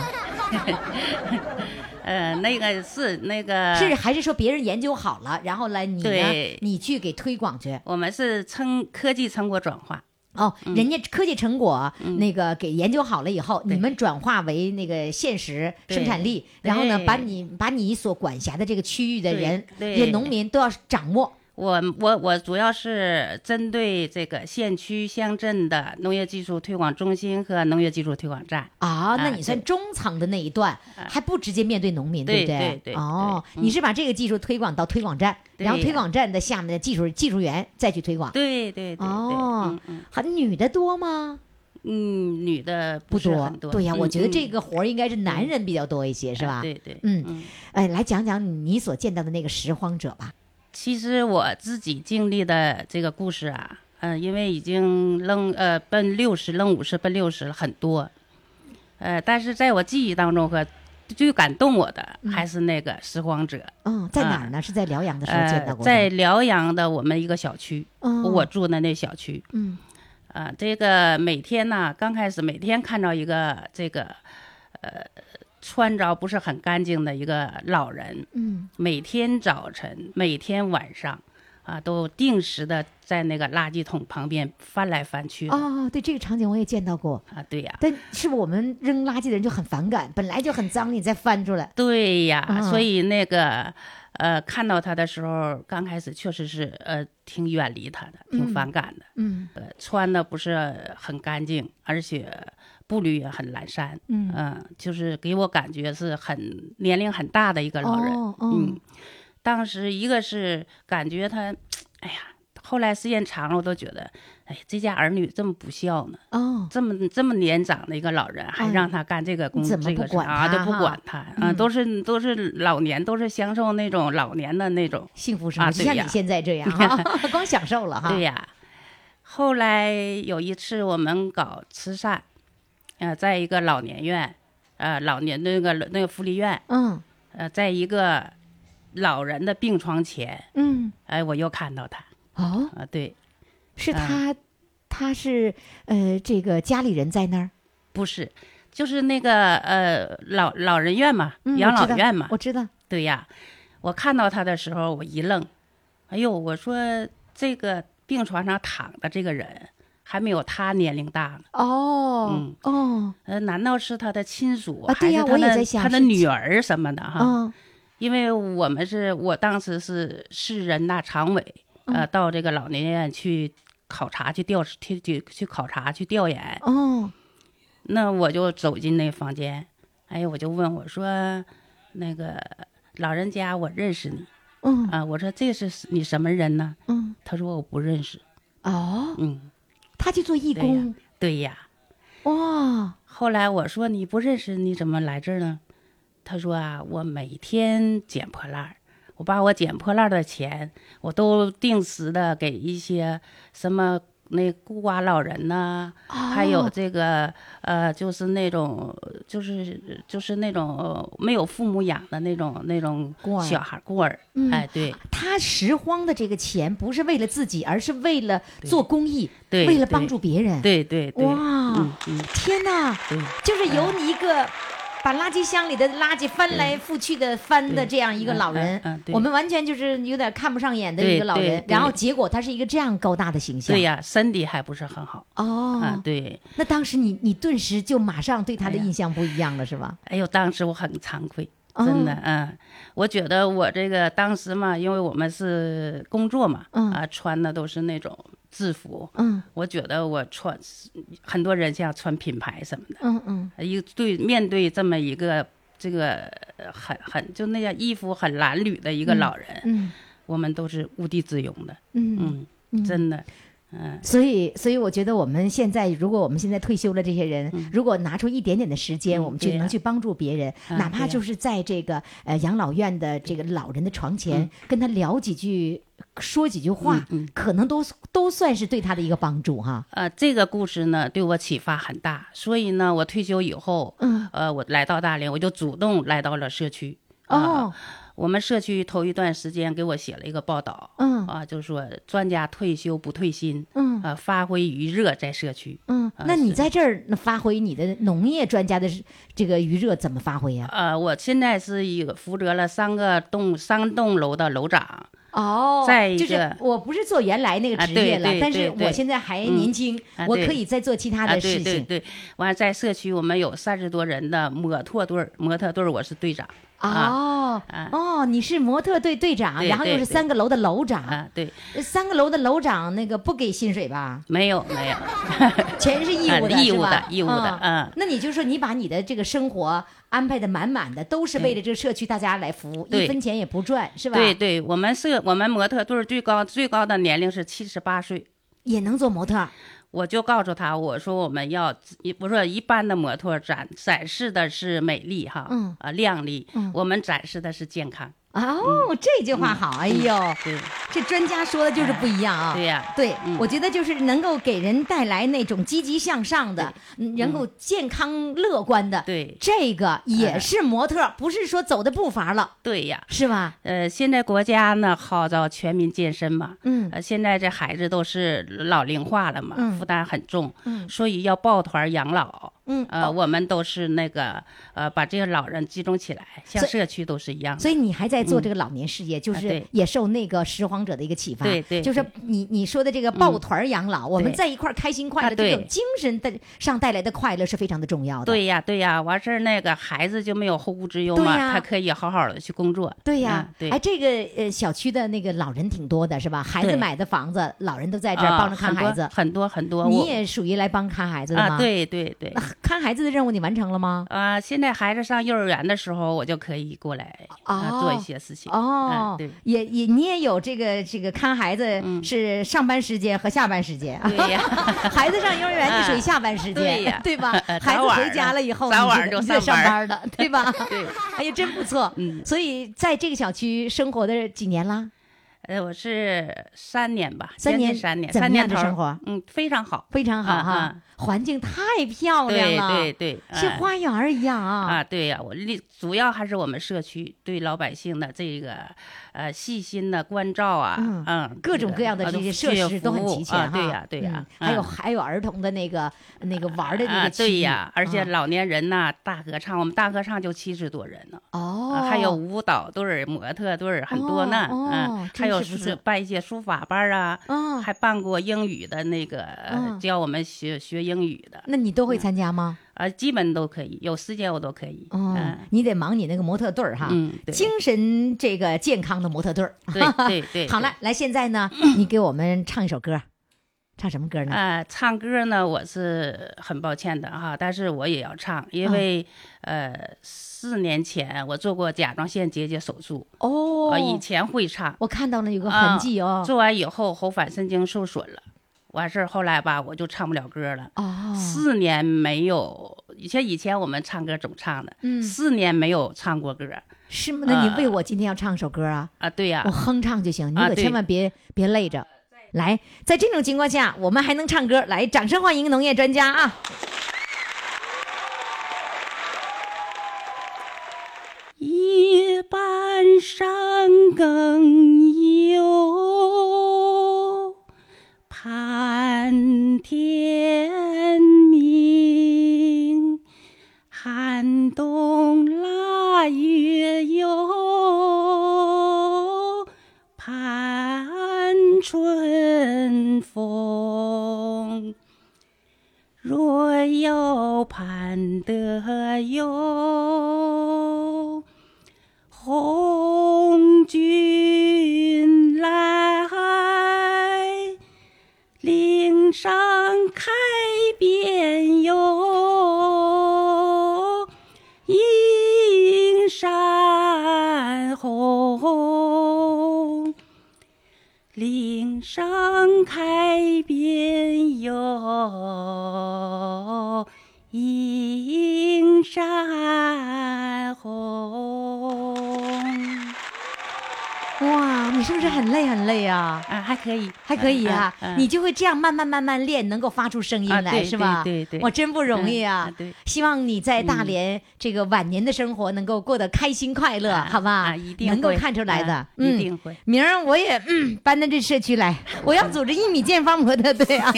[SPEAKER 4] 呃，那个是那个
[SPEAKER 2] 是还是说别人研究好了，然后来你呢
[SPEAKER 4] 呃对，
[SPEAKER 2] 你去给推广去？
[SPEAKER 4] 我们是成科技成果转化，
[SPEAKER 2] 哦，
[SPEAKER 4] 嗯
[SPEAKER 2] 人家科技成果、那个给研究好了以后，你们转化为那个现实
[SPEAKER 4] 对
[SPEAKER 2] 生产力，然后呢，
[SPEAKER 4] 对
[SPEAKER 2] 把你把你所管辖的这个区域的人，
[SPEAKER 4] 对
[SPEAKER 2] 这些农民都要掌握。
[SPEAKER 4] 我我我主要是针对这个县区乡镇的农业技术推广中心和农业技术推广站。
[SPEAKER 2] 啊，
[SPEAKER 4] 啊
[SPEAKER 2] 那你算
[SPEAKER 4] 对啊
[SPEAKER 2] 中层的那一段，还不直接面对农民，
[SPEAKER 4] 对
[SPEAKER 2] 不对？
[SPEAKER 4] 对对嗯
[SPEAKER 2] 哦，你是把这个技术推广到推广站，
[SPEAKER 4] 对
[SPEAKER 2] 然后推
[SPEAKER 4] 呀
[SPEAKER 2] 广站的下面的技术技术员再去推广。
[SPEAKER 4] 对对对对，
[SPEAKER 2] 哦
[SPEAKER 4] 嗯嗯
[SPEAKER 2] 还女的多吗？
[SPEAKER 4] 嗯，女的
[SPEAKER 2] 不
[SPEAKER 4] 是很
[SPEAKER 2] 对呀，
[SPEAKER 4] 嗯
[SPEAKER 2] 我觉得这
[SPEAKER 4] 嗯
[SPEAKER 2] 个活儿应该是男人比较多一些，是吧？
[SPEAKER 4] 对对，
[SPEAKER 2] 嗯，哎，来讲讲你所见到的那个拾荒者吧。
[SPEAKER 4] 其实我自己经历的这个故事啊，嗯、因为已经扔呃奔六十，扔五十奔六十了很多，呃，但是在我记忆当中和最感动我的还是那个拾荒者，啊
[SPEAKER 2] 嗯，在哪儿呢？是在辽阳的时候见到
[SPEAKER 4] 呃，
[SPEAKER 2] 过的、
[SPEAKER 4] 在辽阳的我们一个小区，
[SPEAKER 2] 哦
[SPEAKER 4] 我住的那小区，
[SPEAKER 2] 嗯
[SPEAKER 4] 啊、这个每天呢、刚开始每天看到一个这个，呃，穿着不是很干净的一个老人，
[SPEAKER 2] 嗯
[SPEAKER 4] 每天早晨、每天晚上，啊，都定时的在那个垃圾桶旁边翻来翻去的。
[SPEAKER 2] 哦，对这个场景我也见到过。
[SPEAKER 4] 啊，对呀、
[SPEAKER 2] 但是我们扔垃圾的人就很反感，本来就很脏，你再翻出来，
[SPEAKER 4] 对呀、
[SPEAKER 2] 啊
[SPEAKER 4] 所以那个，呃，看到他的时候，刚开始确实是呃挺远离他的，挺反感的。
[SPEAKER 2] 嗯
[SPEAKER 4] 呃，穿的不是很干净，而且步履也很蹒跚。
[SPEAKER 2] 嗯
[SPEAKER 4] 就是给我感觉是很年龄很大的一个老人。
[SPEAKER 2] 哦
[SPEAKER 4] 嗯，当时一个是感觉他，哎呀，后来时间长了，我都觉得，哎，这家儿女这么不孝呢，
[SPEAKER 2] 哦，
[SPEAKER 4] 这么这么年长的一个老人，还
[SPEAKER 2] 哎
[SPEAKER 4] 让他干这个工，
[SPEAKER 2] 你怎么
[SPEAKER 4] 这
[SPEAKER 2] 不
[SPEAKER 4] 个事
[SPEAKER 2] 管
[SPEAKER 4] 啊，
[SPEAKER 2] 他
[SPEAKER 4] 都不
[SPEAKER 2] 哈
[SPEAKER 4] 管他，啊，都是都是老年，都是享受那种老年的那种，
[SPEAKER 2] 幸福生
[SPEAKER 4] 啊
[SPEAKER 2] 活，就
[SPEAKER 4] 对
[SPEAKER 2] 像
[SPEAKER 4] 呀
[SPEAKER 2] 你现在这样哈，光享受了哈。
[SPEAKER 4] 对呀、后来有一次我们搞慈善，呃，在一个老年院，呃，老年那个那个福利院，
[SPEAKER 2] 嗯
[SPEAKER 4] 呃，在一个老人的病床前，
[SPEAKER 2] 嗯，
[SPEAKER 4] 哎，我又看到他。
[SPEAKER 2] 哦，
[SPEAKER 4] 啊，对，
[SPEAKER 2] 是他，他是呃，这个家里人在那儿，
[SPEAKER 4] 不是，就是那个呃老老人院嘛，
[SPEAKER 2] 嗯
[SPEAKER 4] 养
[SPEAKER 2] 我知
[SPEAKER 4] 老
[SPEAKER 2] 道
[SPEAKER 4] 院嘛
[SPEAKER 2] 我，知道，
[SPEAKER 4] 对呀。我看到他的时候，我一愣，哎呦，我说这个病床上躺的这个人还没有他年龄大呢，
[SPEAKER 2] 哦
[SPEAKER 4] 嗯
[SPEAKER 2] 哦
[SPEAKER 4] 呃，难道是他的亲属，
[SPEAKER 2] 啊对呀
[SPEAKER 4] 还是
[SPEAKER 2] 我也
[SPEAKER 4] 他
[SPEAKER 2] 在
[SPEAKER 4] 的
[SPEAKER 2] 想
[SPEAKER 4] 他的
[SPEAKER 2] 是
[SPEAKER 4] 女儿什么的哈？
[SPEAKER 2] 哦，
[SPEAKER 4] 因为我们是我当时是市人大常委，
[SPEAKER 2] 嗯
[SPEAKER 4] 呃，到这个老年院去考察、去调、去去去考察、去调研，
[SPEAKER 2] 哦，
[SPEAKER 4] 那我就走进那房间，哎，我就问我说，那个老人家，我认识你
[SPEAKER 2] 嗯
[SPEAKER 4] 啊，我说这是你什么人呢？
[SPEAKER 2] 嗯，
[SPEAKER 4] 他说我不认识。
[SPEAKER 2] 哦，
[SPEAKER 4] 嗯，
[SPEAKER 2] 他去做义
[SPEAKER 4] 对呀
[SPEAKER 2] 工，
[SPEAKER 4] 对呀。
[SPEAKER 2] 哇，
[SPEAKER 4] 后来我说你不认识，你怎么来这儿呢？他说啊，我每天捡破烂儿，我把我捡破烂儿的钱，我都定时的给一些什么那孤寡老人呐、还有
[SPEAKER 2] 哦
[SPEAKER 4] 这个呃，就是那种就是就是那种、呃没有父母养的那种那种
[SPEAKER 2] 孤儿
[SPEAKER 4] 小孩儿孤儿，
[SPEAKER 2] 嗯
[SPEAKER 4] 哎，对
[SPEAKER 2] 他拾荒的这个钱不是为了自己，而是为了做公益，
[SPEAKER 4] 对
[SPEAKER 2] 为了
[SPEAKER 4] 对
[SPEAKER 2] 帮助别人。
[SPEAKER 4] 对对对，
[SPEAKER 2] 哇，
[SPEAKER 4] 嗯嗯，
[SPEAKER 2] 天哪，
[SPEAKER 4] 对
[SPEAKER 2] 就是有你一个。把垃圾箱里的垃圾翻来覆去的翻的
[SPEAKER 4] 对
[SPEAKER 2] 这样一个老人
[SPEAKER 4] 嗯嗯嗯，对
[SPEAKER 2] 我们完全就是有点看不上眼的一个老
[SPEAKER 4] 对对，
[SPEAKER 2] 人
[SPEAKER 4] 对
[SPEAKER 2] 然后结果他是一个这样高大的形象。
[SPEAKER 4] 对呀、身体还不是很好啊
[SPEAKER 2] 哦，，
[SPEAKER 4] 对，
[SPEAKER 2] 那当时你你顿时就马上对他的
[SPEAKER 4] 哎呀
[SPEAKER 2] 印象不一样了，是吧？
[SPEAKER 4] 哎呦，当时我很惭愧，
[SPEAKER 2] 哦
[SPEAKER 4] 真的，嗯，我觉得我这个当时嘛，因为我们是工作嘛，
[SPEAKER 2] 嗯
[SPEAKER 4] 啊，穿的都是那种制服，
[SPEAKER 2] 嗯
[SPEAKER 4] 我觉得我穿很多人像穿品牌什么的。
[SPEAKER 2] 嗯嗯，
[SPEAKER 4] 一个对面对这么一个这个呃很很就那样衣服很褴褛的一个老人，
[SPEAKER 2] 嗯
[SPEAKER 4] 我们都是无地自容的，
[SPEAKER 2] 嗯
[SPEAKER 4] 嗯，
[SPEAKER 2] 嗯，
[SPEAKER 4] 真的，嗯，
[SPEAKER 2] 所以，所以我觉得我们现在，如果我们现在退休了，这些人、如果拿出一点点的时间，
[SPEAKER 4] 嗯
[SPEAKER 2] 我们去
[SPEAKER 4] 对呀
[SPEAKER 2] 能去帮助别人，
[SPEAKER 4] 嗯
[SPEAKER 2] 哪怕
[SPEAKER 4] 对呀
[SPEAKER 2] 就是在这个呃养老院的这个老人的床前，跟他聊几句，说几句话，
[SPEAKER 4] 嗯嗯嗯
[SPEAKER 2] 可能都都算是对他的一个帮助哈。
[SPEAKER 4] 呃，这个故事呢对我启发很大，所以呢，我退休以后，
[SPEAKER 2] 嗯，
[SPEAKER 4] 呃，我来到大连，我就主动来到了社区。
[SPEAKER 2] 哦，
[SPEAKER 4] 啊，我们社区头一段时间给我写了一个报道，
[SPEAKER 2] 嗯
[SPEAKER 4] 啊，就是说专家退休不退薪，
[SPEAKER 2] 嗯
[SPEAKER 4] 呃，发挥余热在社区，
[SPEAKER 2] 嗯，
[SPEAKER 4] 啊
[SPEAKER 2] 那你
[SPEAKER 4] 是
[SPEAKER 2] 在这儿那发挥你的农业专家的这个余热怎么发挥啊呀、
[SPEAKER 4] 呃，我现在是一个负责了三个栋三栋楼的楼长，
[SPEAKER 2] 哦，
[SPEAKER 4] 再一
[SPEAKER 2] 就是
[SPEAKER 4] 个
[SPEAKER 2] 我不是做原来那个
[SPEAKER 4] 啊
[SPEAKER 2] 职
[SPEAKER 4] 对
[SPEAKER 2] 业了，
[SPEAKER 4] 对
[SPEAKER 2] 但
[SPEAKER 4] 对
[SPEAKER 2] 是
[SPEAKER 4] 对
[SPEAKER 2] 我现在还年轻，
[SPEAKER 4] 啊
[SPEAKER 2] 我
[SPEAKER 4] 对
[SPEAKER 2] 可以再做其他
[SPEAKER 4] 啊，
[SPEAKER 2] 的事
[SPEAKER 4] 对
[SPEAKER 2] 情。
[SPEAKER 4] 对对，完了在社区我们有三十多人的摩托队儿，摩托队儿我是队长，
[SPEAKER 2] 哦
[SPEAKER 4] 啊
[SPEAKER 2] 哦，你是模特队队长，
[SPEAKER 4] 对
[SPEAKER 2] 然后又
[SPEAKER 4] 对
[SPEAKER 2] 是
[SPEAKER 4] 对
[SPEAKER 2] 三个楼的楼长，
[SPEAKER 4] 啊，对，
[SPEAKER 2] 三个楼的楼长那个不给薪水吧？
[SPEAKER 4] 没有没有，
[SPEAKER 2] 全是义务的，
[SPEAKER 4] 啊义
[SPEAKER 2] 是
[SPEAKER 4] 务
[SPEAKER 2] 吧
[SPEAKER 4] 的义务的嗯
[SPEAKER 2] 那你就说你把你的这个生活安排的满满的，都是为了这个社区大家来服务，
[SPEAKER 4] 对
[SPEAKER 2] 一分钱也不赚，是吧？
[SPEAKER 4] 对，对，我们是我们模特队儿最高最高的年龄是七十八岁，
[SPEAKER 2] 也能做模特儿。
[SPEAKER 4] 我就告诉他，我说我们要，我说一般的模特展展示的是美丽哈，
[SPEAKER 2] 嗯
[SPEAKER 4] 啊靓丽，
[SPEAKER 2] 嗯
[SPEAKER 4] 我们展示的是健康，
[SPEAKER 2] 哦，这句话好，哎呦，
[SPEAKER 4] 嗯对
[SPEAKER 2] 这专家说的就是不一样啊。
[SPEAKER 4] 对呀、
[SPEAKER 2] 对，
[SPEAKER 4] 嗯
[SPEAKER 2] 我觉得就是能够给人带来那种积极向上的，嗯能够健康乐观的，
[SPEAKER 4] 对哎
[SPEAKER 2] 这个也是模特，不是说走的步伐了，
[SPEAKER 4] 对呀、
[SPEAKER 2] 是吧？
[SPEAKER 4] 呃，现在国家呢号召全民健身嘛，
[SPEAKER 2] 嗯
[SPEAKER 4] 呃，现在这孩子都是老龄化了嘛，
[SPEAKER 2] 嗯
[SPEAKER 4] 负担很重，
[SPEAKER 2] 嗯
[SPEAKER 4] 所以要抱团养老。
[SPEAKER 2] 嗯，
[SPEAKER 4] 呃，我们都是那个呃，把这些老人集中起来，像
[SPEAKER 2] 所以
[SPEAKER 4] 社区都是一样的。嗯
[SPEAKER 2] 所以你还在做这个老年事业，就
[SPEAKER 4] 啊
[SPEAKER 2] 是
[SPEAKER 4] 对
[SPEAKER 2] 也受那个拾荒者的一个启发，
[SPEAKER 4] 对对
[SPEAKER 2] 就是
[SPEAKER 4] 对嗯
[SPEAKER 2] 你你说的这个抱团儿养老，我们
[SPEAKER 4] 对
[SPEAKER 2] 在一块儿开心快乐，
[SPEAKER 4] 啊
[SPEAKER 2] 这
[SPEAKER 4] 对
[SPEAKER 2] 种精神的上带来的快乐是非常的重要的。
[SPEAKER 4] 对呀，对呀，完事儿那个孩子就没有后顾之忧
[SPEAKER 2] 对
[SPEAKER 4] 嘛，
[SPEAKER 2] 呀
[SPEAKER 4] 他可以好好的去工作。
[SPEAKER 2] 对呀、
[SPEAKER 4] 啊对
[SPEAKER 2] 哎，这个呃小区的那个老人挺多的，是吧？孩子
[SPEAKER 4] 对
[SPEAKER 2] 买的房子，老人都在这儿
[SPEAKER 4] 啊
[SPEAKER 2] 帮着看孩子。
[SPEAKER 4] 很多很多很多。
[SPEAKER 2] 你
[SPEAKER 4] 我
[SPEAKER 2] 也属于来帮看孩子的吗？
[SPEAKER 4] 啊，对对对
[SPEAKER 2] 那看孩子的任务你完成了吗？
[SPEAKER 4] 啊，现在孩子上幼儿园的时候，我就可以过来
[SPEAKER 2] 哦
[SPEAKER 4] 啊做一些事情。
[SPEAKER 2] 哦，
[SPEAKER 4] 嗯对。嗯
[SPEAKER 2] 也也你也有这个这个看孩子是上班时间和下班时间啊。
[SPEAKER 4] 对 呀，
[SPEAKER 2] 孩子上幼儿园你属于下班时间，
[SPEAKER 4] 对呀？
[SPEAKER 2] 吧 孩
[SPEAKER 4] 早
[SPEAKER 2] 子
[SPEAKER 4] 晚
[SPEAKER 2] 回家
[SPEAKER 4] 的
[SPEAKER 2] 了以后，
[SPEAKER 4] 早
[SPEAKER 2] 你
[SPEAKER 4] 晚
[SPEAKER 2] 这
[SPEAKER 4] 就
[SPEAKER 2] 你得
[SPEAKER 4] 上
[SPEAKER 2] 上
[SPEAKER 4] 班
[SPEAKER 2] 班的，对吧？
[SPEAKER 4] 对，
[SPEAKER 2] 哎呀，真不错。
[SPEAKER 4] 嗯
[SPEAKER 2] 所以在这个小区生活的几年啦，
[SPEAKER 4] 呃，我是三年吧，
[SPEAKER 2] 三
[SPEAKER 4] 将近
[SPEAKER 2] 年
[SPEAKER 4] 三年，
[SPEAKER 2] 怎么
[SPEAKER 4] 三年
[SPEAKER 2] 样的
[SPEAKER 4] 头
[SPEAKER 2] 生活
[SPEAKER 4] 嗯，非常好，
[SPEAKER 2] 非常好
[SPEAKER 4] 啊
[SPEAKER 2] 哈、
[SPEAKER 4] 啊
[SPEAKER 2] 环境太漂亮
[SPEAKER 4] 对
[SPEAKER 2] 了，
[SPEAKER 4] 对对，
[SPEAKER 2] 像
[SPEAKER 4] 嗯
[SPEAKER 2] 花园儿一样啊。
[SPEAKER 4] 啊，对呀、我立主要还是我们社区对老百姓的这个呃细心的关照啊，
[SPEAKER 2] 嗯
[SPEAKER 4] 嗯，
[SPEAKER 2] 各种
[SPEAKER 4] 这个
[SPEAKER 2] 各样的
[SPEAKER 4] 呃
[SPEAKER 2] 这些
[SPEAKER 4] 服务
[SPEAKER 2] 设施都很齐全
[SPEAKER 4] 啊
[SPEAKER 2] 哈，
[SPEAKER 4] 对呀、对呀、
[SPEAKER 2] 嗯还有
[SPEAKER 4] 嗯
[SPEAKER 2] 还有儿童的那个那个玩儿的那
[SPEAKER 4] 啊
[SPEAKER 2] 个区域，
[SPEAKER 4] 对呀、而且
[SPEAKER 2] 啊
[SPEAKER 4] 老年人呐、大合唱，我们大合唱就七十多人呢、啊
[SPEAKER 2] 哦，
[SPEAKER 4] 还有舞蹈队儿、模特队儿很多呢，
[SPEAKER 2] 哦哦
[SPEAKER 4] 嗯，还有
[SPEAKER 2] 真是不
[SPEAKER 4] 是
[SPEAKER 2] 错
[SPEAKER 4] 办一些书法班儿啊，
[SPEAKER 2] 哦
[SPEAKER 4] 还办过英语的那个、
[SPEAKER 2] 嗯
[SPEAKER 4] 教我们学学英语的，
[SPEAKER 2] 那你都会参加吗？
[SPEAKER 4] 啊，基本都可以，有时间我都可以，
[SPEAKER 2] 哦
[SPEAKER 4] 嗯，
[SPEAKER 2] 你得忙你那个模特队儿哈，
[SPEAKER 4] 嗯对
[SPEAKER 2] 精神这个健康的模特队儿。
[SPEAKER 4] 对对对
[SPEAKER 2] 好了，来现 在呢，你给我们唱一首歌，唱什么歌呢？
[SPEAKER 4] 啊、唱歌呢，我是很抱歉的哈，但是我也要唱，
[SPEAKER 2] 嗯
[SPEAKER 4] 因为、呃，四年前我做过甲状腺结节手术，我、
[SPEAKER 2] 哦，
[SPEAKER 4] 啊以前会唱，啊
[SPEAKER 2] 我看到了有个痕迹哦，
[SPEAKER 4] 做完以后喉返神经受损了，完事儿后来吧，我就唱不了歌了。
[SPEAKER 2] 哦，
[SPEAKER 4] 四年没有，以前以前我们唱歌总唱的，
[SPEAKER 2] 嗯
[SPEAKER 4] 四年没有唱过歌
[SPEAKER 2] 是吗？那你
[SPEAKER 4] 呃
[SPEAKER 2] 为我今天要唱首歌啊？
[SPEAKER 4] 啊，对呀、
[SPEAKER 2] 我哼唱就行，你
[SPEAKER 4] 啊
[SPEAKER 2] 可
[SPEAKER 4] 对
[SPEAKER 2] 千万别、别累着。来，在这种情况下，我们还能唱歌，来，掌声欢迎农业专家啊！
[SPEAKER 4] 一半山更忧，盼天明。寒冬腊月幽，盼春风。若要盼得哟，红军来，岭上开遍哟，映山红。岭上开遍有映山红。
[SPEAKER 2] 哇，你是不是很累很累啊？
[SPEAKER 4] 啊，还可以，
[SPEAKER 2] 还可以啊，
[SPEAKER 4] 嗯嗯
[SPEAKER 2] 你就会这样慢慢慢慢练，能够发出声音
[SPEAKER 4] 啊
[SPEAKER 2] 来，
[SPEAKER 4] 对
[SPEAKER 2] 是吧？
[SPEAKER 4] 对对对
[SPEAKER 2] 我真不容易啊
[SPEAKER 4] 嗯啊对
[SPEAKER 2] 希望你在大连这个晚年的生活能够过得开心快乐，
[SPEAKER 4] 啊
[SPEAKER 2] 好吧？
[SPEAKER 4] 啊一定会
[SPEAKER 2] 能够看出来的，
[SPEAKER 4] 啊一
[SPEAKER 2] 嗯
[SPEAKER 4] 定会
[SPEAKER 2] 明儿我也嗯搬到这社 区来，我要组织一米见方模特队啊！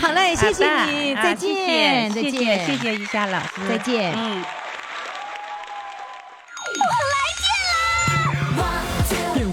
[SPEAKER 2] 好嘞，谢谢
[SPEAKER 4] 嗯好的
[SPEAKER 2] 你，
[SPEAKER 4] 啊
[SPEAKER 2] 再
[SPEAKER 4] 谢谢
[SPEAKER 2] 见，
[SPEAKER 4] 谢
[SPEAKER 2] 再
[SPEAKER 4] 谢
[SPEAKER 2] 见，
[SPEAKER 4] 谢谢于霞老师，
[SPEAKER 2] 再见
[SPEAKER 4] 嗯。
[SPEAKER 1] 电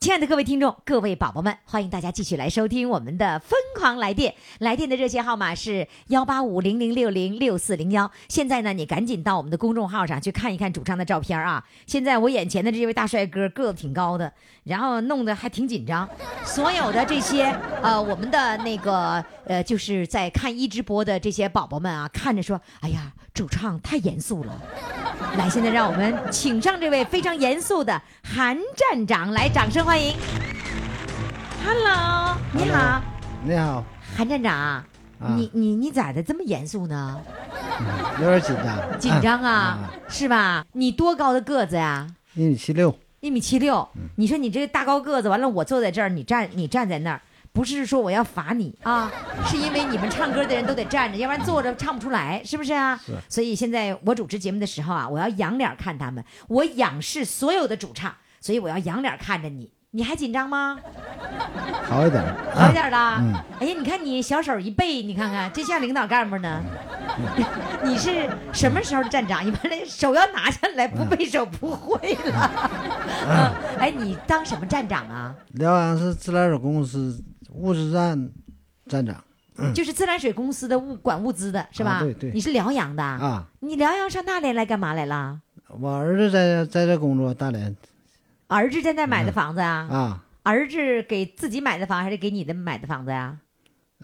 [SPEAKER 2] 亲爱的各位听众、各位宝宝们，欢迎大家继续来收听我们的《疯狂来电》。来电的热线号码是幺八五零零六零六四零幺。现在呢，你赶紧到我们的公众号上去看一看主唱的照片啊！现在我眼前的这位大帅哥个子挺高的，然后弄得还挺紧张。所有的这些呃，我们的那个呃，就是在看一直播的这些宝宝们啊，看着说：“哎呀，主唱太严肃了。”来，现在让我们请上这位非常严肃的韩站长，来，掌声欢迎。Hello，你好
[SPEAKER 5] Hello 你好，
[SPEAKER 2] 韩站长，你你你咋的这么严肃呢？
[SPEAKER 5] 有点紧张，
[SPEAKER 2] 紧张啊，是吧？你多高的个子呀、
[SPEAKER 5] 一米七六，
[SPEAKER 2] 一米七六，你说你这大高个子，完了我坐在这儿，你站你站在那儿，不是说我要罚你啊，是因为你们唱歌的人都得站着，要不然坐着唱不出来，是不是啊？所以现在我主持节目的时候啊，我要仰脸看他们，我仰视所有的主唱，所以我要仰脸看着你。你还紧张吗？
[SPEAKER 5] 好一点。
[SPEAKER 2] 好一点啦。
[SPEAKER 5] 啊嗯
[SPEAKER 2] 哎呀，你看你小手一背，你看看，这像领导干部呢。
[SPEAKER 5] 嗯
[SPEAKER 2] 你是什么时候站长？一般人手要拿下来，不背手不会了。
[SPEAKER 5] 嗯
[SPEAKER 2] 哎，你当什么站长啊？
[SPEAKER 5] 辽阳市自来水公司物资站站长
[SPEAKER 2] 就是自来水公司的物管物资的是吧？
[SPEAKER 5] 嗯啊对对
[SPEAKER 2] 你是辽阳的，
[SPEAKER 5] 啊，
[SPEAKER 2] 你辽阳上大连来干嘛来了？
[SPEAKER 5] 我儿子在在这工作，大连
[SPEAKER 2] 儿子在那买的房子啊？
[SPEAKER 5] 啊，
[SPEAKER 2] 儿子给自己买的房还是给你的买的房子呀、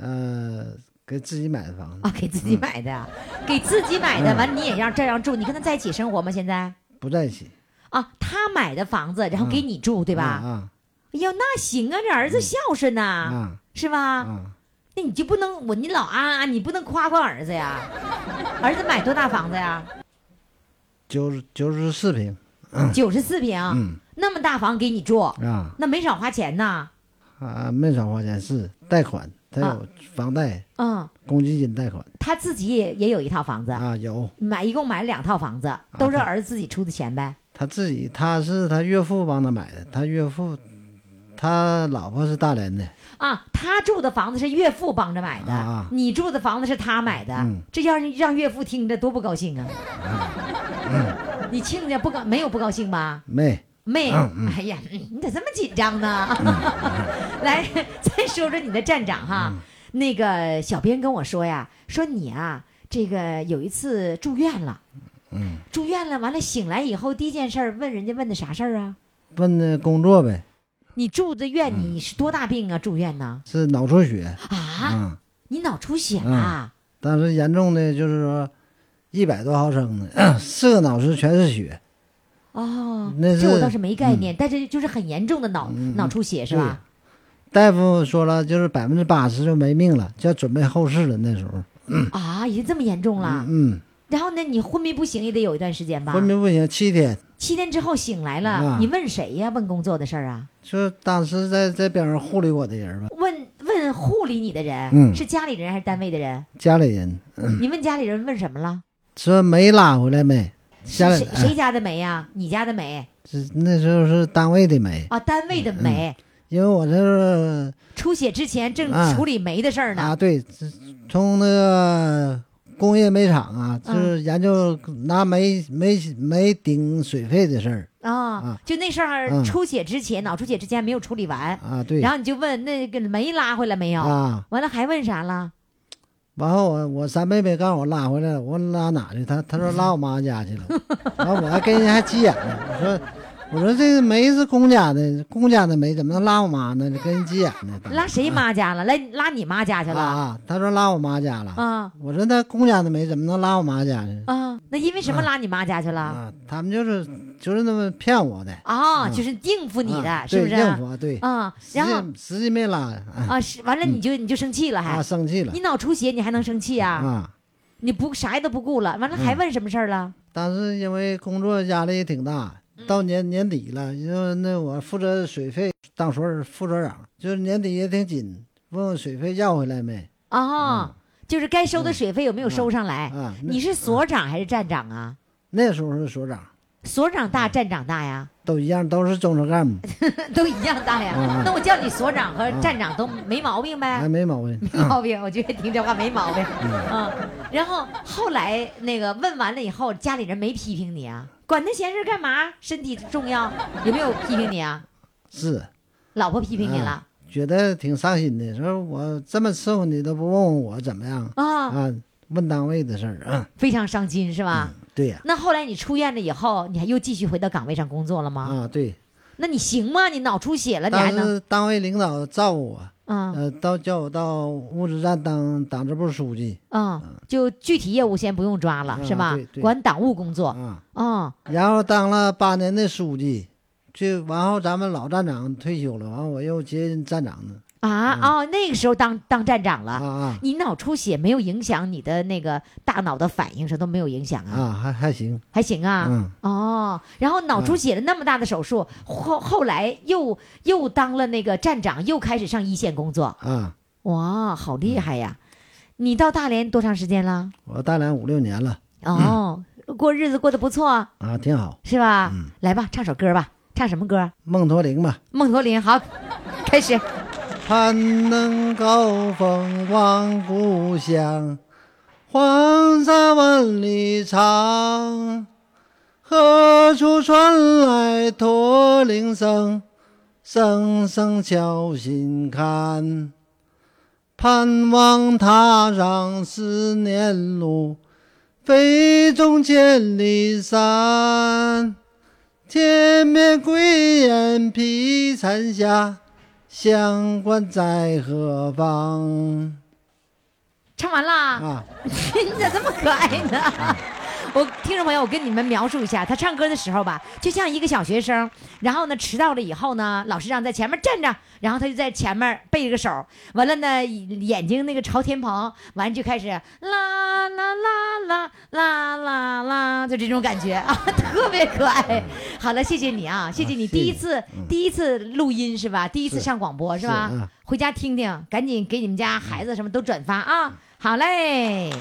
[SPEAKER 5] 呃，给自己买的房
[SPEAKER 2] 啊？
[SPEAKER 5] 子，嗯
[SPEAKER 2] 给自己买的啊，给自己买的，完了你也让照样住，你跟他在一起生活吗？现在？
[SPEAKER 5] 不在一起，
[SPEAKER 2] 啊，他买的房子，
[SPEAKER 5] 嗯
[SPEAKER 2] 然后给你住，对吧？
[SPEAKER 5] 啊
[SPEAKER 2] 哎呦，那行啊，这儿子孝顺呐、
[SPEAKER 5] 啊啊
[SPEAKER 2] 是吧？
[SPEAKER 5] 啊，
[SPEAKER 2] 那你就不能我你老啊啊，你不能夸夸儿 子呀？儿子买多大房子呀？
[SPEAKER 5] 九十九十四平
[SPEAKER 2] 九十四平，
[SPEAKER 5] 嗯
[SPEAKER 2] 那么大房给你住，
[SPEAKER 5] 啊
[SPEAKER 2] 那没少花钱呐。
[SPEAKER 5] 啊，没少花钱，是贷款，他
[SPEAKER 2] 啊
[SPEAKER 5] 有房贷、
[SPEAKER 2] 嗯，
[SPEAKER 5] 公积金贷款
[SPEAKER 2] 他自己也也有一套房子，
[SPEAKER 5] 啊，有
[SPEAKER 2] 买一共买了两套房
[SPEAKER 5] 啊
[SPEAKER 2] 子，都是儿子自己出的钱呗。
[SPEAKER 5] 他自己，他是他岳父帮他买的，他岳父，他老婆是大连的，
[SPEAKER 2] 啊，他住的房子是岳父帮着买的，
[SPEAKER 5] 啊
[SPEAKER 2] 你住的房子是他买的，
[SPEAKER 5] 嗯
[SPEAKER 2] 这要是让岳父听着多不高兴啊！你亲家不高没有不高兴吧？
[SPEAKER 5] 没。
[SPEAKER 2] 妹，哎呀，嗯你咋这么紧张呢？ 来，再说说你的站长哈。那个小编跟我说呀，说你啊，这个有一次住院了，嗯，住院了，完了醒来以后第一件事儿问人家问的啥事儿啊？
[SPEAKER 5] 问的工作呗，
[SPEAKER 2] 你住的院，你是多大病啊？住院呢？
[SPEAKER 5] 是脑出血，
[SPEAKER 2] 啊，
[SPEAKER 5] 嗯，
[SPEAKER 2] 你脑出血啦？
[SPEAKER 5] 但是严重的就是说一百多毫升的， 四个脑室全是血，
[SPEAKER 2] 哦，
[SPEAKER 5] 那
[SPEAKER 2] 这我
[SPEAKER 5] 是嗯
[SPEAKER 2] 倒是没概念，但是就是很严重的脑脑出血是吧？
[SPEAKER 5] 大夫说了，就是百分之八十就没命了，就要准备后事了。那时候，
[SPEAKER 2] 啊，已经这么严重了。
[SPEAKER 5] 嗯，
[SPEAKER 2] 然后呢，你昏迷不醒也得有一段时间吧？
[SPEAKER 5] 昏迷不醒七天，
[SPEAKER 2] 七天之后醒来了，
[SPEAKER 5] 啊
[SPEAKER 2] 你问谁呀？问工作的事儿啊？
[SPEAKER 5] 就当时在在边上护理我的人吧，
[SPEAKER 2] 问问护理你的人、
[SPEAKER 5] 嗯
[SPEAKER 2] 是家里人还是单位的人？
[SPEAKER 5] 家里人嗯
[SPEAKER 2] 你问家里人问什么了？
[SPEAKER 5] 说没拉回来没，家里哎啊
[SPEAKER 2] 谁谁家的煤呀、你家的煤
[SPEAKER 5] 是那时候是单位的没，
[SPEAKER 2] 啊？单位的煤。
[SPEAKER 5] 因为我这是
[SPEAKER 2] 出血之前正
[SPEAKER 5] 嗯啊
[SPEAKER 2] 处理煤的事儿呢。
[SPEAKER 5] 啊，对，这从那个工业煤厂啊，
[SPEAKER 2] 嗯
[SPEAKER 5] 就是研究拿煤煤煤顶水费的事儿
[SPEAKER 2] 啊
[SPEAKER 5] 啊，
[SPEAKER 2] 就那事儿
[SPEAKER 5] 嗯
[SPEAKER 2] 出血之前，脑出血之前没有处理完，
[SPEAKER 5] 啊，对，
[SPEAKER 2] 然后你就问那个煤拉回来没有？
[SPEAKER 5] 啊，
[SPEAKER 2] 完了还问啥了？
[SPEAKER 5] 完后我我三妹妹告诉我拉回来了，我说拉哪去？她她说拉我妈家去 了，然后我还跟人家还急眼呢，我说我说这个煤是公家的，公家的煤怎么能拉我妈呢？跟人急眼呢，当时
[SPEAKER 2] 拉谁妈家了？来拉你妈家去
[SPEAKER 5] 啊
[SPEAKER 2] 了？
[SPEAKER 5] 啊？她说拉我妈家了，
[SPEAKER 2] 啊
[SPEAKER 5] 我说那公家的煤怎么能拉我妈家呢？
[SPEAKER 2] 啊，那因为什么拉你妈家去了？
[SPEAKER 5] 啊，他们就是就是那么骗我的。
[SPEAKER 2] 哦，
[SPEAKER 5] 嗯
[SPEAKER 2] 就是应付你
[SPEAKER 5] 啊
[SPEAKER 2] 的，是
[SPEAKER 5] 对
[SPEAKER 2] 不是？
[SPEAKER 5] 应付啊对，
[SPEAKER 2] 啊，
[SPEAKER 5] 实
[SPEAKER 2] 然后
[SPEAKER 5] 际实际没拉啊
[SPEAKER 2] 啊，是完了你就你就生气了，还
[SPEAKER 5] 啊，生气了
[SPEAKER 2] 你脑出血你还能生气啊？
[SPEAKER 5] 啊。嗯
[SPEAKER 2] 你不啥也都不顾了，完了还问什么事儿了？
[SPEAKER 5] 当时因为工作压力也挺大，
[SPEAKER 2] 嗯
[SPEAKER 5] 到年年底了，因为那我负责水费，当时副所长，就是年底也挺紧，问问水费要回来没嗯
[SPEAKER 2] 哦，就是该收的水费有没有收上来？
[SPEAKER 5] 啊？那
[SPEAKER 2] 你是所长还是站长啊？
[SPEAKER 5] 那时候是所长嗯
[SPEAKER 2] 所长大，站长大呀？
[SPEAKER 5] 都一样，都是中层干
[SPEAKER 2] 哎
[SPEAKER 5] 部，
[SPEAKER 2] 都一样大呀。
[SPEAKER 5] 嗯
[SPEAKER 2] 那我叫你所长和站长都没毛病呗。
[SPEAKER 5] 还没毛病。啊
[SPEAKER 2] 没毛病，我觉得听这话没毛病。 嗯，然后后来那个问完了以后，家里人没批评你啊？管那闲事干嘛？身体重要，有没有批评你啊？
[SPEAKER 5] 是，
[SPEAKER 2] 老婆批评你了
[SPEAKER 5] 啊觉得挺伤心的。说我这么伺候你都不问问我怎么样
[SPEAKER 2] 啊，
[SPEAKER 5] 啊？问单位的事儿啊？
[SPEAKER 2] 非常伤心是吧？
[SPEAKER 5] 对呀，
[SPEAKER 2] 那后来你出院了以后，你还又继续回到岗位上工作了吗？
[SPEAKER 5] 啊对。
[SPEAKER 2] 那你行吗？你脑出血了，你还
[SPEAKER 5] 当
[SPEAKER 2] 能
[SPEAKER 5] 时单位领导照顾我，
[SPEAKER 2] 嗯
[SPEAKER 5] 呃，到叫我到物资站当党支部书记
[SPEAKER 2] 嗯，就具体业务先不用抓了是吧
[SPEAKER 5] 啊对？对
[SPEAKER 2] 管党务工作
[SPEAKER 5] 啊，
[SPEAKER 2] 嗯
[SPEAKER 5] 然后当了八年的书记，就完后咱们老站长退休了，完我又接任站长呢
[SPEAKER 2] 啊哦，那个时候当当站长了
[SPEAKER 5] 嗯啊啊
[SPEAKER 2] 你脑出血没有影响你的那个大脑的反应，什么都没有影响啊，
[SPEAKER 5] 啊，还还行，
[SPEAKER 2] 还行啊。
[SPEAKER 5] 嗯，
[SPEAKER 2] 哦，然后脑出血了那么大的手术，后后来又又当了那个站长，又开始上一线工作，
[SPEAKER 5] 啊，
[SPEAKER 2] 哇，好厉害呀！你到大连多长时间了？
[SPEAKER 5] 我大连五六年了
[SPEAKER 2] 哦，过日子过得不错，
[SPEAKER 5] 啊，挺好。
[SPEAKER 2] 是吧？来吧，唱首歌吧，唱什么歌？
[SPEAKER 5] 梦驼铃吧，
[SPEAKER 2] 梦驼铃，好，开始。
[SPEAKER 5] 攀登高峰望故乡，黄沙万里长。何处传来驼铃声？声声敲心坎。盼望踏上思念路，飞纵千里山。天边归雁披残霞。乡关在何方？
[SPEAKER 2] 唱完啦。
[SPEAKER 5] 啊，
[SPEAKER 2] 你咋这么可爱呢？我听众朋友，我跟你们描述一下，他唱歌的时候吧，就像一个小学生，然后呢迟到了以后呢，老师让在前面站着，然后他就在前面背着个手，完了呢眼睛那个朝天棚，完就开始啦啦啦啦啦啦啦，就这种感觉啊， 特别可爱。好了，谢谢你啊，谢谢你
[SPEAKER 5] 嗯啊谢谢
[SPEAKER 2] 第一次第一次录音是吧？第一次
[SPEAKER 5] 是
[SPEAKER 2] 上广播是吧
[SPEAKER 5] 是啊？
[SPEAKER 2] 回家听听，赶紧给你们家孩子什么都转发啊！好嘞。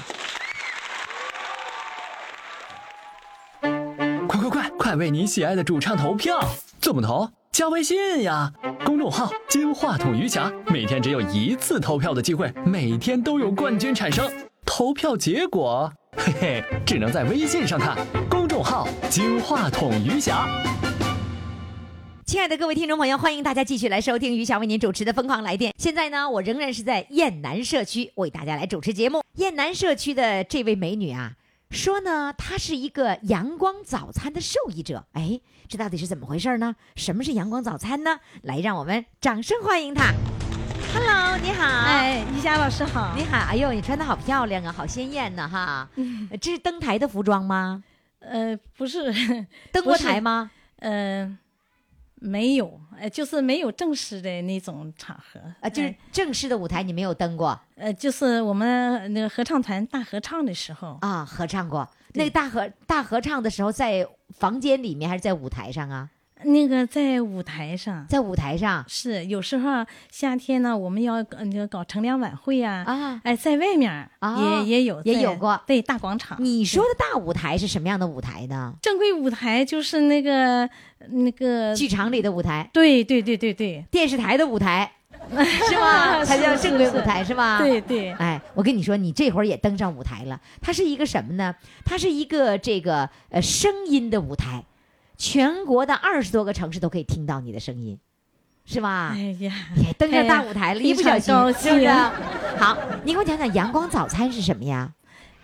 [SPEAKER 1] 快快快，快为你喜爱的主唱投票！怎么投？加微信呀，公众号“金话筒余霞”，每天只有一次投票的机会，每天都有冠军产生。投票结果，嘿嘿，只能在微信上看。公众号“金话筒余霞”。
[SPEAKER 2] 亲爱的各位听众朋友，欢迎大家继续来收听于霞为您主持的《疯狂来电》。现在呢，我仍然是在燕南社区为大家来主持节目。燕南社区的这位美女啊，说呢，她是一个阳光早餐的受益者。哎，这到底是怎么回事呢？什么是阳光早餐呢？来，让我们掌声欢迎她。Hello，你好。
[SPEAKER 6] 哎，瑜伽老师好。
[SPEAKER 2] 你好，哎呦，你穿的好漂亮啊，好鲜艳 呢、哈！这是登台的服装吗？
[SPEAKER 6] 嗯呃，不是，
[SPEAKER 2] 登过
[SPEAKER 6] 不是
[SPEAKER 2] 台吗？
[SPEAKER 6] 呃，没有，哎，就是没有正式的那种场合
[SPEAKER 2] 啊，就是
[SPEAKER 6] 哎
[SPEAKER 2] 正式的舞台你没有登过。
[SPEAKER 6] 呃，就是我们那个合唱团大合唱的时候，
[SPEAKER 2] 啊，合唱过。那
[SPEAKER 6] 对
[SPEAKER 2] 个大合大合唱的时候，在房间里面还是在舞台上啊？
[SPEAKER 6] 哎那个在舞台上。
[SPEAKER 2] 在舞台上
[SPEAKER 6] 是，有时候夏天呢，我们要呃那个搞乘凉晚会呀、
[SPEAKER 2] 啊。
[SPEAKER 6] 哎，在外面儿也、
[SPEAKER 2] 啊
[SPEAKER 6] 也有
[SPEAKER 2] 也
[SPEAKER 6] 在
[SPEAKER 2] 有过
[SPEAKER 6] 对，大广场。
[SPEAKER 2] 你说的大舞台是什么样的舞台呢？
[SPEAKER 6] 正规舞台就是那个那个，
[SPEAKER 2] 剧场里的舞台，
[SPEAKER 6] 对对对对对，
[SPEAKER 2] 电视台的舞 台，是吗？才叫
[SPEAKER 6] 是
[SPEAKER 2] 正规
[SPEAKER 6] 是
[SPEAKER 2] 舞台是吧？
[SPEAKER 6] 对对，
[SPEAKER 2] 哎，我跟你说，你这会儿也登上舞台了。它是一个什么呢？它是一个这个呃声音的舞台，全国的二十多个城市都可以听到你的声音，是吧？
[SPEAKER 6] 哎呀，
[SPEAKER 2] 也登上
[SPEAKER 6] 哎呀
[SPEAKER 2] 大舞台了，
[SPEAKER 6] 非
[SPEAKER 2] 一不小
[SPEAKER 6] 常高，
[SPEAKER 2] 心是不是
[SPEAKER 6] 兴？
[SPEAKER 2] 好，你给我讲讲阳光早餐是什么呀？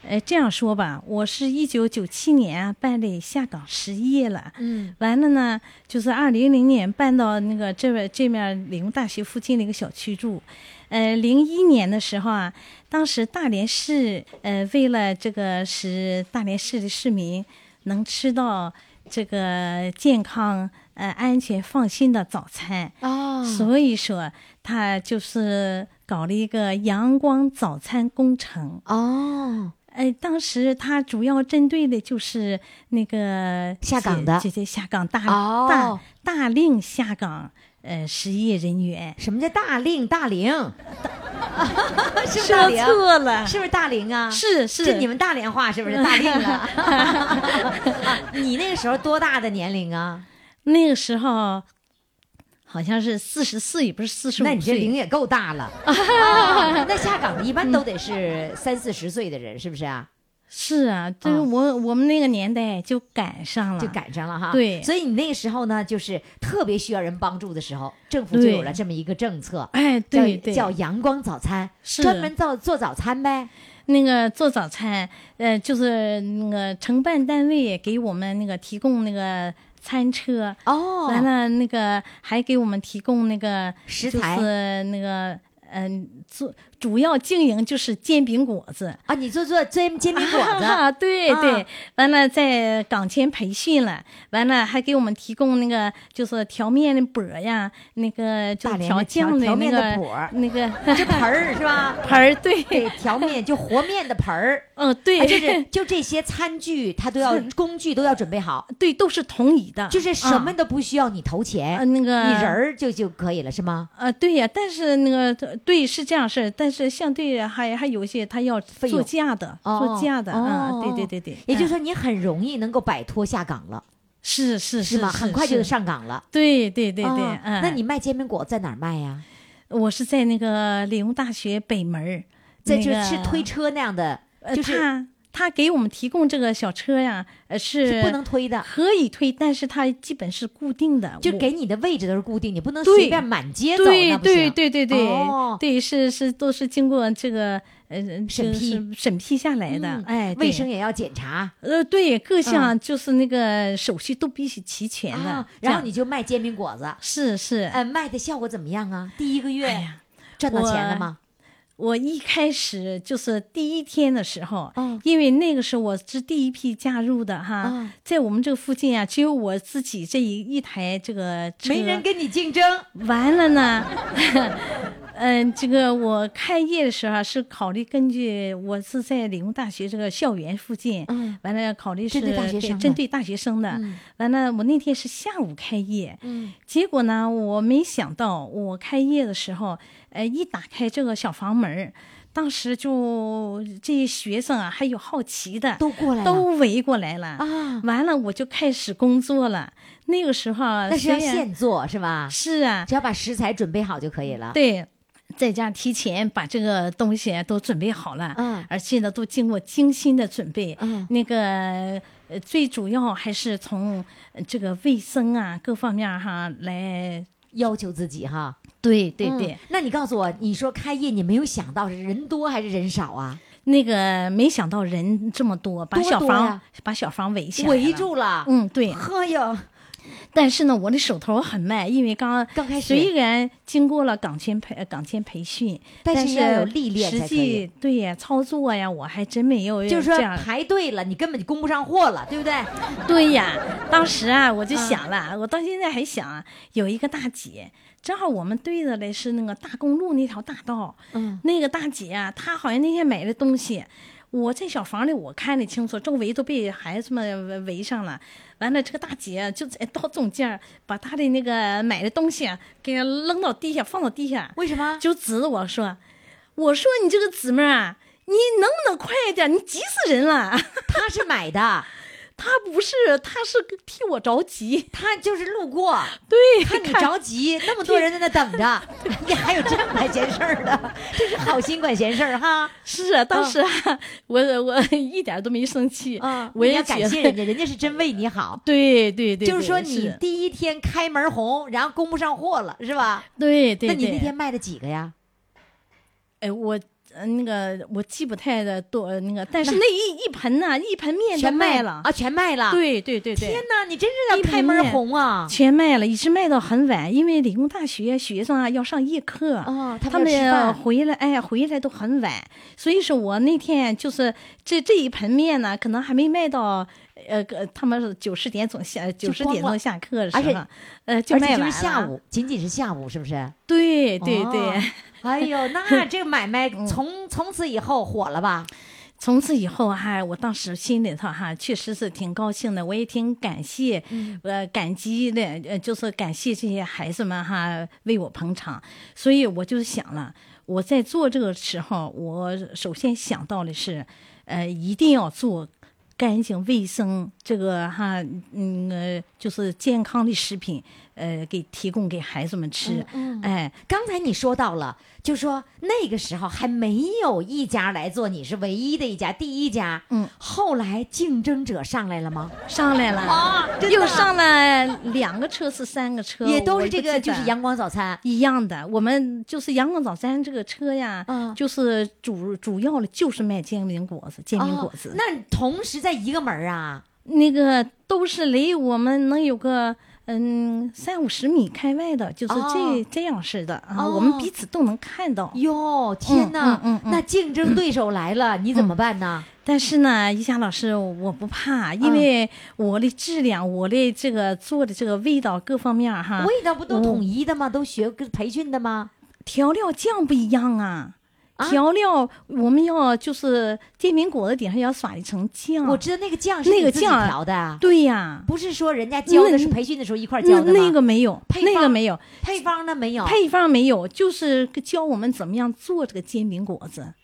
[SPEAKER 6] 哎，这样说吧，我是一九九七年啊办理下岗失业了，
[SPEAKER 2] 嗯
[SPEAKER 6] 完了呢，就是二零零年搬到那个这边这面理工大学附近的一个小区住。呃，零一年的时候啊，当时大连市呃为了这个使大连市的市民能吃到这个健康、呃安全、放心的早餐，
[SPEAKER 2] 哦
[SPEAKER 6] 所以说他就是搞了一个阳光早餐工程。
[SPEAKER 2] 哦，
[SPEAKER 6] 呃，当时他主要针对的就是那个
[SPEAKER 2] 下
[SPEAKER 6] 姐
[SPEAKER 2] 岗的
[SPEAKER 6] 姐姐下岗大、
[SPEAKER 2] 哦
[SPEAKER 6] 大大令下岗呃失业人员，
[SPEAKER 2] 什么叫大令大龄？ 是不是大
[SPEAKER 6] 说
[SPEAKER 2] 龄？
[SPEAKER 6] 错了，
[SPEAKER 2] 是不是大龄啊？
[SPEAKER 6] 是是
[SPEAKER 2] 这你们大连 话是不是大龄了？啊你那个时候多大的年龄啊？
[SPEAKER 6] 那个时候好像是四十四，也不是四十五
[SPEAKER 2] 那
[SPEAKER 6] 岁。
[SPEAKER 2] 你这龄也够大了。啊 那下岗的一般都得是三四十岁的人，是不是啊？
[SPEAKER 6] 是啊，就是
[SPEAKER 2] 啊
[SPEAKER 6] 我、我们那个年代就赶上了，
[SPEAKER 2] 就赶上了哈。
[SPEAKER 6] 对
[SPEAKER 2] 所以你那个时候呢，就是特别需要人帮助的时候，政府就
[SPEAKER 6] 对
[SPEAKER 2] 有了这么一个政策，
[SPEAKER 6] 哎，
[SPEAKER 2] 叫
[SPEAKER 6] 对对，
[SPEAKER 2] 叫阳光早餐，
[SPEAKER 6] 是
[SPEAKER 2] 专门造做早餐呗。
[SPEAKER 6] 那个做早餐，呃，就是那个承办单位给我们那个提供那个餐车，
[SPEAKER 2] 哦，
[SPEAKER 6] 完了那个还给我们提供那个
[SPEAKER 2] 食
[SPEAKER 6] 就
[SPEAKER 2] 材
[SPEAKER 6] 是呃那个嗯、做主要经营就是煎饼果子。
[SPEAKER 2] 啊，你做做煎煎饼果 子，
[SPEAKER 6] 啊，对
[SPEAKER 2] 啊
[SPEAKER 6] 对，完了在岗前培训了，完了还给我们提供那个就是调面的钵呀，那个就
[SPEAKER 2] 大
[SPEAKER 6] 是
[SPEAKER 2] 连
[SPEAKER 6] 调
[SPEAKER 2] 的调
[SPEAKER 6] 酱
[SPEAKER 2] 调
[SPEAKER 6] 那
[SPEAKER 2] 面的
[SPEAKER 6] 个
[SPEAKER 2] 谱儿，
[SPEAKER 6] 那个
[SPEAKER 2] 这盆儿是吧？
[SPEAKER 6] 盆 儿，哎对，
[SPEAKER 2] 对，调面就和面的盆儿。
[SPEAKER 6] 嗯对，
[SPEAKER 2] 啊就是就这些餐具，它都要工具都要准备好，
[SPEAKER 6] 对，都是统一的，
[SPEAKER 2] 就是什么
[SPEAKER 6] 啊
[SPEAKER 2] 都不需要你投钱，
[SPEAKER 6] 呃那个
[SPEAKER 2] 你人儿就就可以了，是吗？
[SPEAKER 6] 啊，对呀、但是那个呃对是这样事儿，但是相对还还有一些他要
[SPEAKER 2] 费用
[SPEAKER 6] 做价的，
[SPEAKER 2] 哦
[SPEAKER 6] 做价的啊、
[SPEAKER 2] 哦
[SPEAKER 6] 对对对对，
[SPEAKER 2] 也就是
[SPEAKER 6] 嗯
[SPEAKER 2] 说，你很容易能够摆脱下岗了，
[SPEAKER 6] 是是
[SPEAKER 2] 是
[SPEAKER 6] 是
[SPEAKER 2] 吗？很快就，
[SPEAKER 6] 是
[SPEAKER 2] 上岗了。
[SPEAKER 6] 对对对对，
[SPEAKER 2] 啊
[SPEAKER 6] 嗯，
[SPEAKER 2] 那你卖煎饼果在哪儿卖啊呀？
[SPEAKER 6] 我是在那个理工大学北门儿，
[SPEAKER 2] 在
[SPEAKER 6] 那
[SPEAKER 2] 就
[SPEAKER 6] 个
[SPEAKER 2] 是推，车那样的，
[SPEAKER 6] 呃
[SPEAKER 2] 就是
[SPEAKER 6] 他他给我们提供这个小车呀，呃
[SPEAKER 2] 是
[SPEAKER 6] 是
[SPEAKER 2] 不能推的，
[SPEAKER 6] 可以推，但是它基本是固定的，
[SPEAKER 2] 就
[SPEAKER 6] 我
[SPEAKER 2] 给你的位置都是固定，你不能
[SPEAKER 6] 对
[SPEAKER 2] 随便满街走，
[SPEAKER 6] 对
[SPEAKER 2] 那不
[SPEAKER 6] 对
[SPEAKER 2] 行。
[SPEAKER 6] 对对对、
[SPEAKER 2] 哦
[SPEAKER 6] 对，是是都是经过这个呃
[SPEAKER 2] 审
[SPEAKER 6] 就是
[SPEAKER 2] 批
[SPEAKER 6] 审批下来的，
[SPEAKER 2] 嗯
[SPEAKER 6] 哎，对
[SPEAKER 2] 卫生也要检查
[SPEAKER 6] 呃对各项就是那个手续都必须齐全的，
[SPEAKER 2] 啊，
[SPEAKER 6] 这
[SPEAKER 2] 然后
[SPEAKER 6] 样
[SPEAKER 2] 你就卖煎饼果子，
[SPEAKER 6] 是是，
[SPEAKER 2] 呃，卖的效果怎么样啊？第一个
[SPEAKER 6] 哎
[SPEAKER 2] 月
[SPEAKER 6] 呀，
[SPEAKER 2] 赚到钱了吗？
[SPEAKER 6] 我一开始就是第一天的时候，
[SPEAKER 2] 嗯
[SPEAKER 6] 因为那个时候我是第一批加入的哈，
[SPEAKER 2] 嗯
[SPEAKER 6] 在我们这个附近啊，只有我自己这一一台这个车，
[SPEAKER 2] 没人跟你竞争，
[SPEAKER 6] 完了呢，嗯，这个我开业的时候啊，是考虑根据我是在理工大学这个校园附近，
[SPEAKER 2] 嗯，
[SPEAKER 6] 完了考虑是
[SPEAKER 2] 针对大学生的
[SPEAKER 6] 针对大学生的。完了，我那天是下午开业，
[SPEAKER 2] 嗯，
[SPEAKER 6] 结果呢，我没想到我开业的时候，呃，一打开这个小房门儿，当时就这些学生啊，还有好奇的
[SPEAKER 2] 都过来了
[SPEAKER 6] 都围过来了。
[SPEAKER 2] 啊，
[SPEAKER 6] 完了，我就开始工作了。那个时候啊，
[SPEAKER 2] 那是要
[SPEAKER 6] 虽然
[SPEAKER 2] 现做是吧？
[SPEAKER 6] 是啊，
[SPEAKER 2] 只要把食材准备好就可以了。，
[SPEAKER 6] 对，在家提前把这个东西都准备好了，
[SPEAKER 2] 嗯
[SPEAKER 6] 而且呢都经过精心的准备，
[SPEAKER 2] 嗯
[SPEAKER 6] 那个呃最主要还是从呃这个卫生啊各方面儿哈来，
[SPEAKER 2] 要求自己哈。
[SPEAKER 6] 对对
[SPEAKER 2] 嗯
[SPEAKER 6] 对，
[SPEAKER 2] 那你告诉我，你说开业你没有想到是人多还是人少啊？
[SPEAKER 6] 那个没想到人这么多，把
[SPEAKER 2] 多
[SPEAKER 6] 小
[SPEAKER 2] 多
[SPEAKER 6] 房
[SPEAKER 2] 呀
[SPEAKER 6] 把小房围起来，
[SPEAKER 2] 围，住了，
[SPEAKER 6] 嗯对，
[SPEAKER 2] 呵哟，
[SPEAKER 6] 但是呢，我的手头很慢，因为刚
[SPEAKER 2] 刚开始
[SPEAKER 6] 虽然经过了岗前培呃岗前培训，
[SPEAKER 2] 但
[SPEAKER 6] 但
[SPEAKER 2] 是要有历练才可
[SPEAKER 6] 实
[SPEAKER 2] 以
[SPEAKER 6] 际对呀，操作呀，我还真没有
[SPEAKER 2] 就是说
[SPEAKER 6] 这样
[SPEAKER 2] 排队了，你根本就供不上货了，对不嗯对？
[SPEAKER 6] 对呀，当时啊，我就想了，我到现在还想啊，有一个大姐，正好我们对着的是那个大公路那条大道，
[SPEAKER 2] 嗯，
[SPEAKER 6] 那个大姐啊，她好像那天买的东西，我在小房里我看得清楚，周围都被孩子们围围上了。完了，这个大姐啊就在到中间儿把她的那个买的东西啊给她扔到地下，放到地下，
[SPEAKER 2] 为什么？
[SPEAKER 6] 就指着我说：“我说你这个姊妹儿啊，你能不能快一点？你急死人了。”
[SPEAKER 2] 他是买的，
[SPEAKER 6] 他不是，他是替我着急。
[SPEAKER 2] 他就是路过，
[SPEAKER 6] 对，
[SPEAKER 2] 看你着急，那么多人在那等着，你还有这样管闲事儿 的，真是好心管闲事儿哈。
[SPEAKER 6] 是啊当时啊，我我一点都没生气，
[SPEAKER 2] 嗯，
[SPEAKER 6] 我
[SPEAKER 2] 你
[SPEAKER 6] 也
[SPEAKER 2] 要
[SPEAKER 6] 觉
[SPEAKER 2] 感
[SPEAKER 6] 得
[SPEAKER 2] 谢人家，人家是真为你好。
[SPEAKER 6] 对 对对，
[SPEAKER 2] 就是说
[SPEAKER 6] 对
[SPEAKER 2] 你第一天开门红，然后供不上货了，是吧？
[SPEAKER 6] 对对，
[SPEAKER 2] 那你
[SPEAKER 6] 对
[SPEAKER 2] 那天卖了几个呀？
[SPEAKER 6] 哎我。呃那个我记不太的多，呃那个但是那一一盆呐，一盆面都
[SPEAKER 2] 全卖
[SPEAKER 6] 了
[SPEAKER 2] 啊，，全卖了。，
[SPEAKER 6] 对对对对，
[SPEAKER 2] 天哪，你真是要
[SPEAKER 6] 一
[SPEAKER 2] 开
[SPEAKER 6] 盆
[SPEAKER 2] 门
[SPEAKER 6] 面
[SPEAKER 2] 红啊！
[SPEAKER 6] 全卖了，一直卖到很晚，因为理工大学学生啊要上夜课，
[SPEAKER 2] 哦他
[SPEAKER 6] 他
[SPEAKER 2] 们要吃
[SPEAKER 6] 们
[SPEAKER 2] 饭
[SPEAKER 6] 回来哎回来都很晚，所以说我那天就是这这一盆面呢，可能还没卖到呃个他们九十点钟下九十
[SPEAKER 2] 光
[SPEAKER 6] 点钟
[SPEAKER 2] 了
[SPEAKER 6] 下课的时
[SPEAKER 2] 而且
[SPEAKER 6] 候，呃就
[SPEAKER 2] 而
[SPEAKER 6] 卖
[SPEAKER 2] 且
[SPEAKER 6] 完
[SPEAKER 2] 就
[SPEAKER 6] 了
[SPEAKER 2] 是下，午，仅仅是下午，是不是？
[SPEAKER 6] 对对对，嗯
[SPEAKER 2] 哦 哎呦， 那这个买卖从从此以后火了吧？
[SPEAKER 6] 从此以后哈、我当时心里头哈、确实是挺高兴的，我也挺感谢，
[SPEAKER 2] 嗯
[SPEAKER 6] 呃，感激的，呃，就是感谢这些孩子们哈、为我捧场，所以我就想了，我在做这个时候，我首先想到的是，呃，一定要做。干净卫生这个哈，嗯，呃就是健康的食品，呃，给提供给孩子们吃。
[SPEAKER 2] 嗯
[SPEAKER 6] 哎，
[SPEAKER 2] 刚才你说到了，就说那个时候还没有一家来做，你是唯一的一家，第一家。
[SPEAKER 6] 嗯，
[SPEAKER 2] 后来竞争者上来了吗？哦
[SPEAKER 6] 上来了，又上了两个车是三个车，
[SPEAKER 2] 也都
[SPEAKER 6] 我
[SPEAKER 2] 是这
[SPEAKER 6] 不
[SPEAKER 2] 个，
[SPEAKER 6] 记
[SPEAKER 2] 就
[SPEAKER 6] 得
[SPEAKER 2] 是阳光早餐。
[SPEAKER 6] 一样的，我们就是阳光早餐这个车呀，
[SPEAKER 2] 嗯
[SPEAKER 6] 就是主主要的就是卖煎饼果子、煎饼果
[SPEAKER 2] 哦
[SPEAKER 6] 子，
[SPEAKER 2] 那同时在一个门儿啊，
[SPEAKER 6] 那个都是离我们能有个嗯三五十米开外的，就是
[SPEAKER 2] 哦
[SPEAKER 6] 这、这样式的啊，
[SPEAKER 2] 哦
[SPEAKER 6] 我们彼此都能看到。
[SPEAKER 2] 哟，天
[SPEAKER 6] 嗯
[SPEAKER 2] 哪！
[SPEAKER 6] 嗯嗯嗯嗯
[SPEAKER 2] 那竞争对手来了，你怎么办呢？嗯
[SPEAKER 6] 但是呢，一霞老师，我不怕，因为我的质量、我的这个做的这个味道各方面儿哈，
[SPEAKER 2] 味道不都统一的吗？都学跟培训的吗？
[SPEAKER 6] 调料酱不一样啊。
[SPEAKER 2] 啊
[SPEAKER 6] 调料我们要就是煎饼果子底下要撒一层酱，
[SPEAKER 2] 我知道那个酱是
[SPEAKER 6] 那
[SPEAKER 2] 你
[SPEAKER 6] 个
[SPEAKER 2] 自己
[SPEAKER 6] 酱
[SPEAKER 2] 调的啊，
[SPEAKER 6] 对呀、
[SPEAKER 2] 不是说人家哎教的，
[SPEAKER 6] 那
[SPEAKER 2] 是培训的时候一块儿
[SPEAKER 6] 那
[SPEAKER 2] 教的吗？
[SPEAKER 6] 那个没有，
[SPEAKER 2] 配
[SPEAKER 6] 那
[SPEAKER 2] 方
[SPEAKER 6] 个没有，
[SPEAKER 2] 配方呢没有？
[SPEAKER 6] 配方没有，就是教我们怎么样做这个煎饼果子。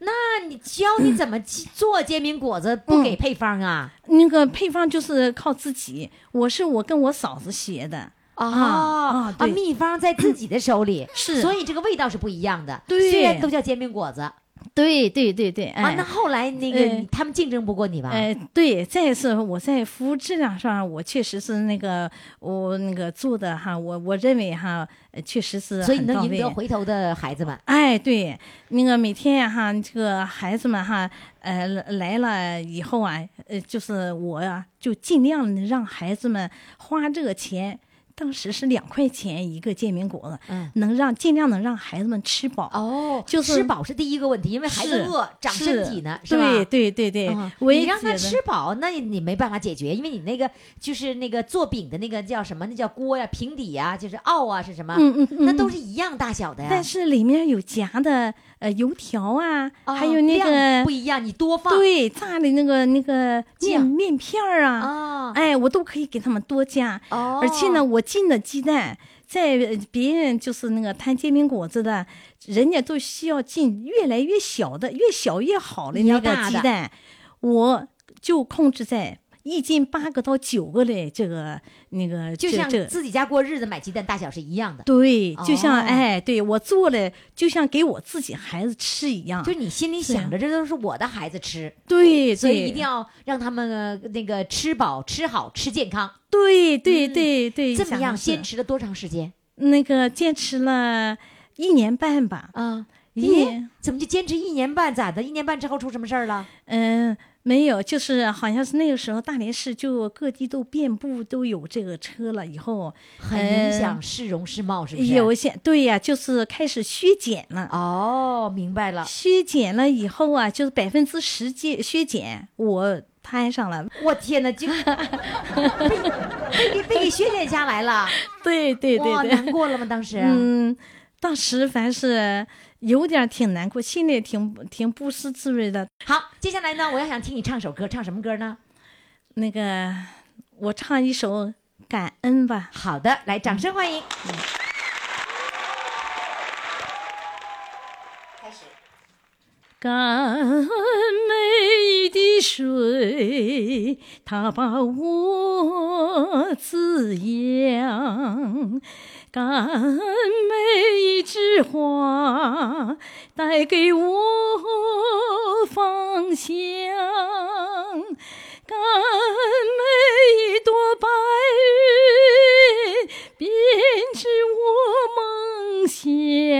[SPEAKER 2] 那你教你怎么去做煎饼果子，不给配方啊？
[SPEAKER 6] 嗯那个配方就是靠自己，我是我跟我嫂子学的，
[SPEAKER 2] 哦
[SPEAKER 6] 啊对
[SPEAKER 2] 秘方在自己的手里，
[SPEAKER 6] 是
[SPEAKER 2] 所以这个味道是不一样的。
[SPEAKER 6] 对
[SPEAKER 2] 虽然都叫煎饼果子啊，
[SPEAKER 6] 对对对对，哎，
[SPEAKER 2] 那后来那个
[SPEAKER 6] 哎
[SPEAKER 2] 你他们竞争不过你吧？
[SPEAKER 6] 哎，对，再是我在服务质量上，我确实是那个我那个做的哈，我我认为哈，呃确实是
[SPEAKER 2] 所以
[SPEAKER 6] 很
[SPEAKER 2] 能
[SPEAKER 6] 到
[SPEAKER 2] 赢得
[SPEAKER 6] 位
[SPEAKER 2] 回头的孩子们。
[SPEAKER 6] 哎，对，那个每天呀哈，这个孩子们哈，呃来了以后啊，呃，就是我呀、就尽量地让孩子们花这个钱，当时是两块钱一个煎饼果子，
[SPEAKER 2] 嗯，
[SPEAKER 6] 能让尽量能让孩子们吃饱。
[SPEAKER 2] 哦，
[SPEAKER 6] 就是
[SPEAKER 2] 吃饱是第一个问题，因为孩子
[SPEAKER 6] 是
[SPEAKER 2] 饿长身体呢，是吧？
[SPEAKER 6] 对对对对，
[SPEAKER 2] 嗯
[SPEAKER 6] 我也
[SPEAKER 2] 你让他
[SPEAKER 6] 觉得
[SPEAKER 2] 吃饱，那你你没办法解决，因为你那个就是那个做饼的那个叫什么？那叫锅呀、平底呀、就是鏊啊，是什么？
[SPEAKER 6] 嗯嗯嗯，
[SPEAKER 2] 那都是一样大小的呀。
[SPEAKER 6] 但是里面有夹的呃油条啊，
[SPEAKER 2] 啊
[SPEAKER 6] 还有那
[SPEAKER 2] 量
[SPEAKER 6] 个
[SPEAKER 2] 不一样，你多放
[SPEAKER 6] 对炸的那个那个面
[SPEAKER 2] 酱
[SPEAKER 6] 面片儿啊，
[SPEAKER 2] 啊，
[SPEAKER 6] 哎，我都可以给他们多加。
[SPEAKER 2] 哦，
[SPEAKER 6] 而且呢，我进的鸡蛋，在呃别人就是那个摊煎饼果子的，人家都需要进越来越小的，越小越好的
[SPEAKER 2] 你要
[SPEAKER 6] 那
[SPEAKER 2] 大
[SPEAKER 6] 个
[SPEAKER 2] 的
[SPEAKER 6] 鸡蛋，我就控制在一斤八个到九个的这个那个
[SPEAKER 2] 就
[SPEAKER 6] 这
[SPEAKER 2] 像
[SPEAKER 6] 这
[SPEAKER 2] 自己家过日子买鸡蛋大小是一样的，
[SPEAKER 6] 对，就像、
[SPEAKER 2] 哦
[SPEAKER 6] 哎，对我做了，就像给我自己孩子吃一样。啊
[SPEAKER 2] 就你心里想着这都是我的孩子吃，
[SPEAKER 6] 对，
[SPEAKER 2] 所以
[SPEAKER 6] 对
[SPEAKER 2] 一定要让他们呃那个吃饱、吃好、吃健康。
[SPEAKER 6] 对对
[SPEAKER 2] 嗯
[SPEAKER 6] 对对，
[SPEAKER 2] 这么
[SPEAKER 6] 想
[SPEAKER 2] 样
[SPEAKER 6] 的是
[SPEAKER 2] 坚持了多长时间
[SPEAKER 6] 那个坚持了一年半吧，
[SPEAKER 2] 啊？
[SPEAKER 6] 一
[SPEAKER 2] 咦，
[SPEAKER 6] 年
[SPEAKER 2] 怎么就坚持一年半？咋的？一年半之后出什么事儿了？
[SPEAKER 6] 嗯。没有，就是好像是那个时候，大连市就各地都遍布都有这个车了。以后呃
[SPEAKER 2] 很影响市容市貌，是不是？
[SPEAKER 6] 有一些对呀、就是开始削减了，
[SPEAKER 2] 哦，明白了。
[SPEAKER 6] 削减了以后啊，就是百分之十减削减，我摊上了。
[SPEAKER 2] 我天哪，就被被被给削减下来了，
[SPEAKER 6] 对对对
[SPEAKER 2] 哇，
[SPEAKER 6] 对，
[SPEAKER 2] 难过了吗？当时，
[SPEAKER 6] 嗯，当时反是有点儿挺难过，心里挺挺不是滋味的。
[SPEAKER 2] 好，接下来呢，我要想听你唱首歌，唱什么歌呢？
[SPEAKER 6] 那个，我唱一首《感恩》吧。
[SPEAKER 2] 好的，来，掌声欢迎。
[SPEAKER 6] 感恩美的水，它把我滋养；感恩每一枝花，带给我芳香；感恩每一朵白云，编织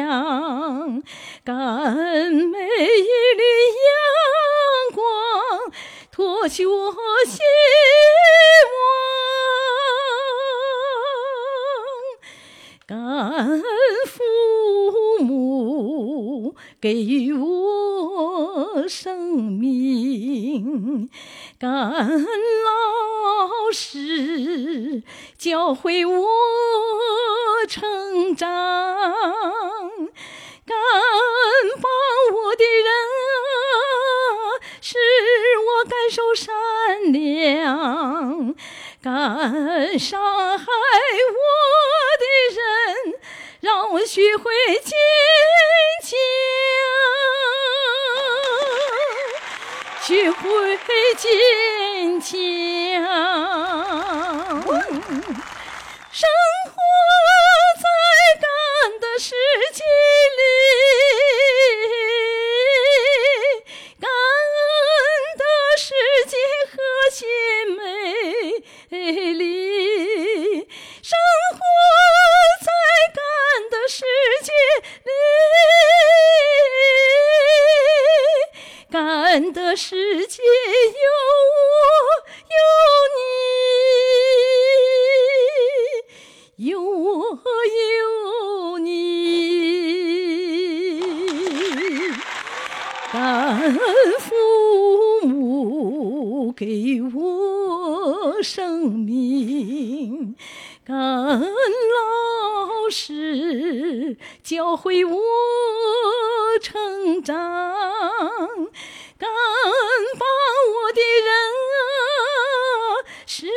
[SPEAKER 6] 我梦想。感恩每一缕阳光，托起我希望。感恩父母给予我生命，感恩老师教会我成长，感恩帮我的人啊，使我感受善良，感恩伤害我的人，让我学会坚强。
[SPEAKER 7] 去回金江，生活在赶的世界里，感恩的世界和谐美丽，生活在感恩的世界里，感恩的世界有我有你。有我有你，感恩父母给我生命，感恩老师教会我成长，感恩帮我的人啊，使我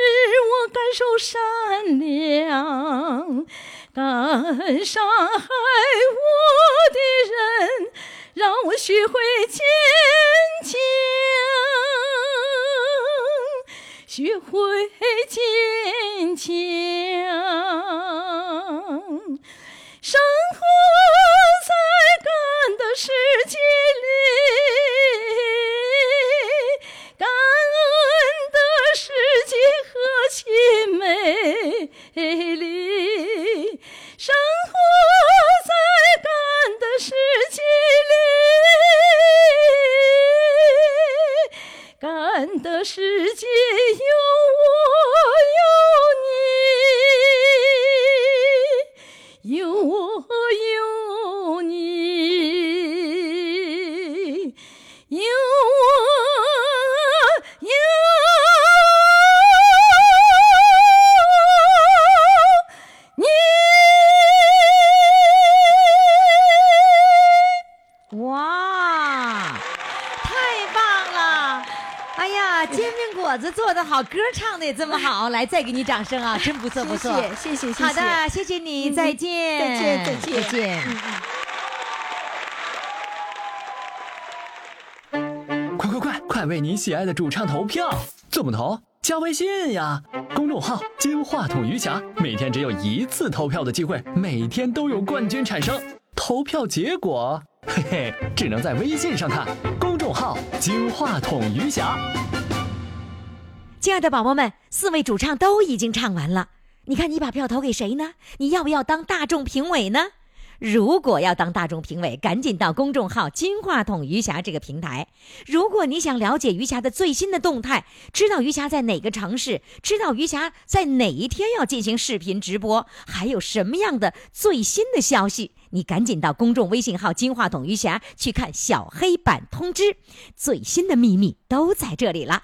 [SPEAKER 7] 感受善良，感恩伤害我的人，让我学会坚强，学会坚强。生活在感恩的世界里，感恩的世界和谐美丽。生活在感恩的世界里，感恩的世界有我有你。有我有你，有我有你。
[SPEAKER 2] 哇，太棒了！哎呀，煎饼果子做的好，歌唱的也这么好，来再给你掌 声啊！真不错，不错，
[SPEAKER 6] 谢谢谢谢。
[SPEAKER 2] 好的，谢谢你，再见，
[SPEAKER 6] 再见再见嗯
[SPEAKER 2] 再见。
[SPEAKER 1] 快快快，快为你喜爱的主唱投票！怎么投？加微信呀，公众号“金话筒余霞”，每天只有一次投票的机会，每天都有冠军产生。投票结果， 嘿嘿，只能在微信上看。公众号“金话筒余霞”。
[SPEAKER 2] 亲爱的宝宝们，四位主唱都已经唱完了，你看你把票投给谁呢？你要不要当大众评委呢？如果要当大众评委，赶紧到公众号“金话筒余霞”这个平台。如果你想了解余霞的最新的动态，知道余霞在哪个城市，知道余霞在哪一天要进行视频直播，还有什么样的最新的消息，你赶紧到公众微信号“金话筒余霞”去看小黑板通知，最新的秘密都在这里了。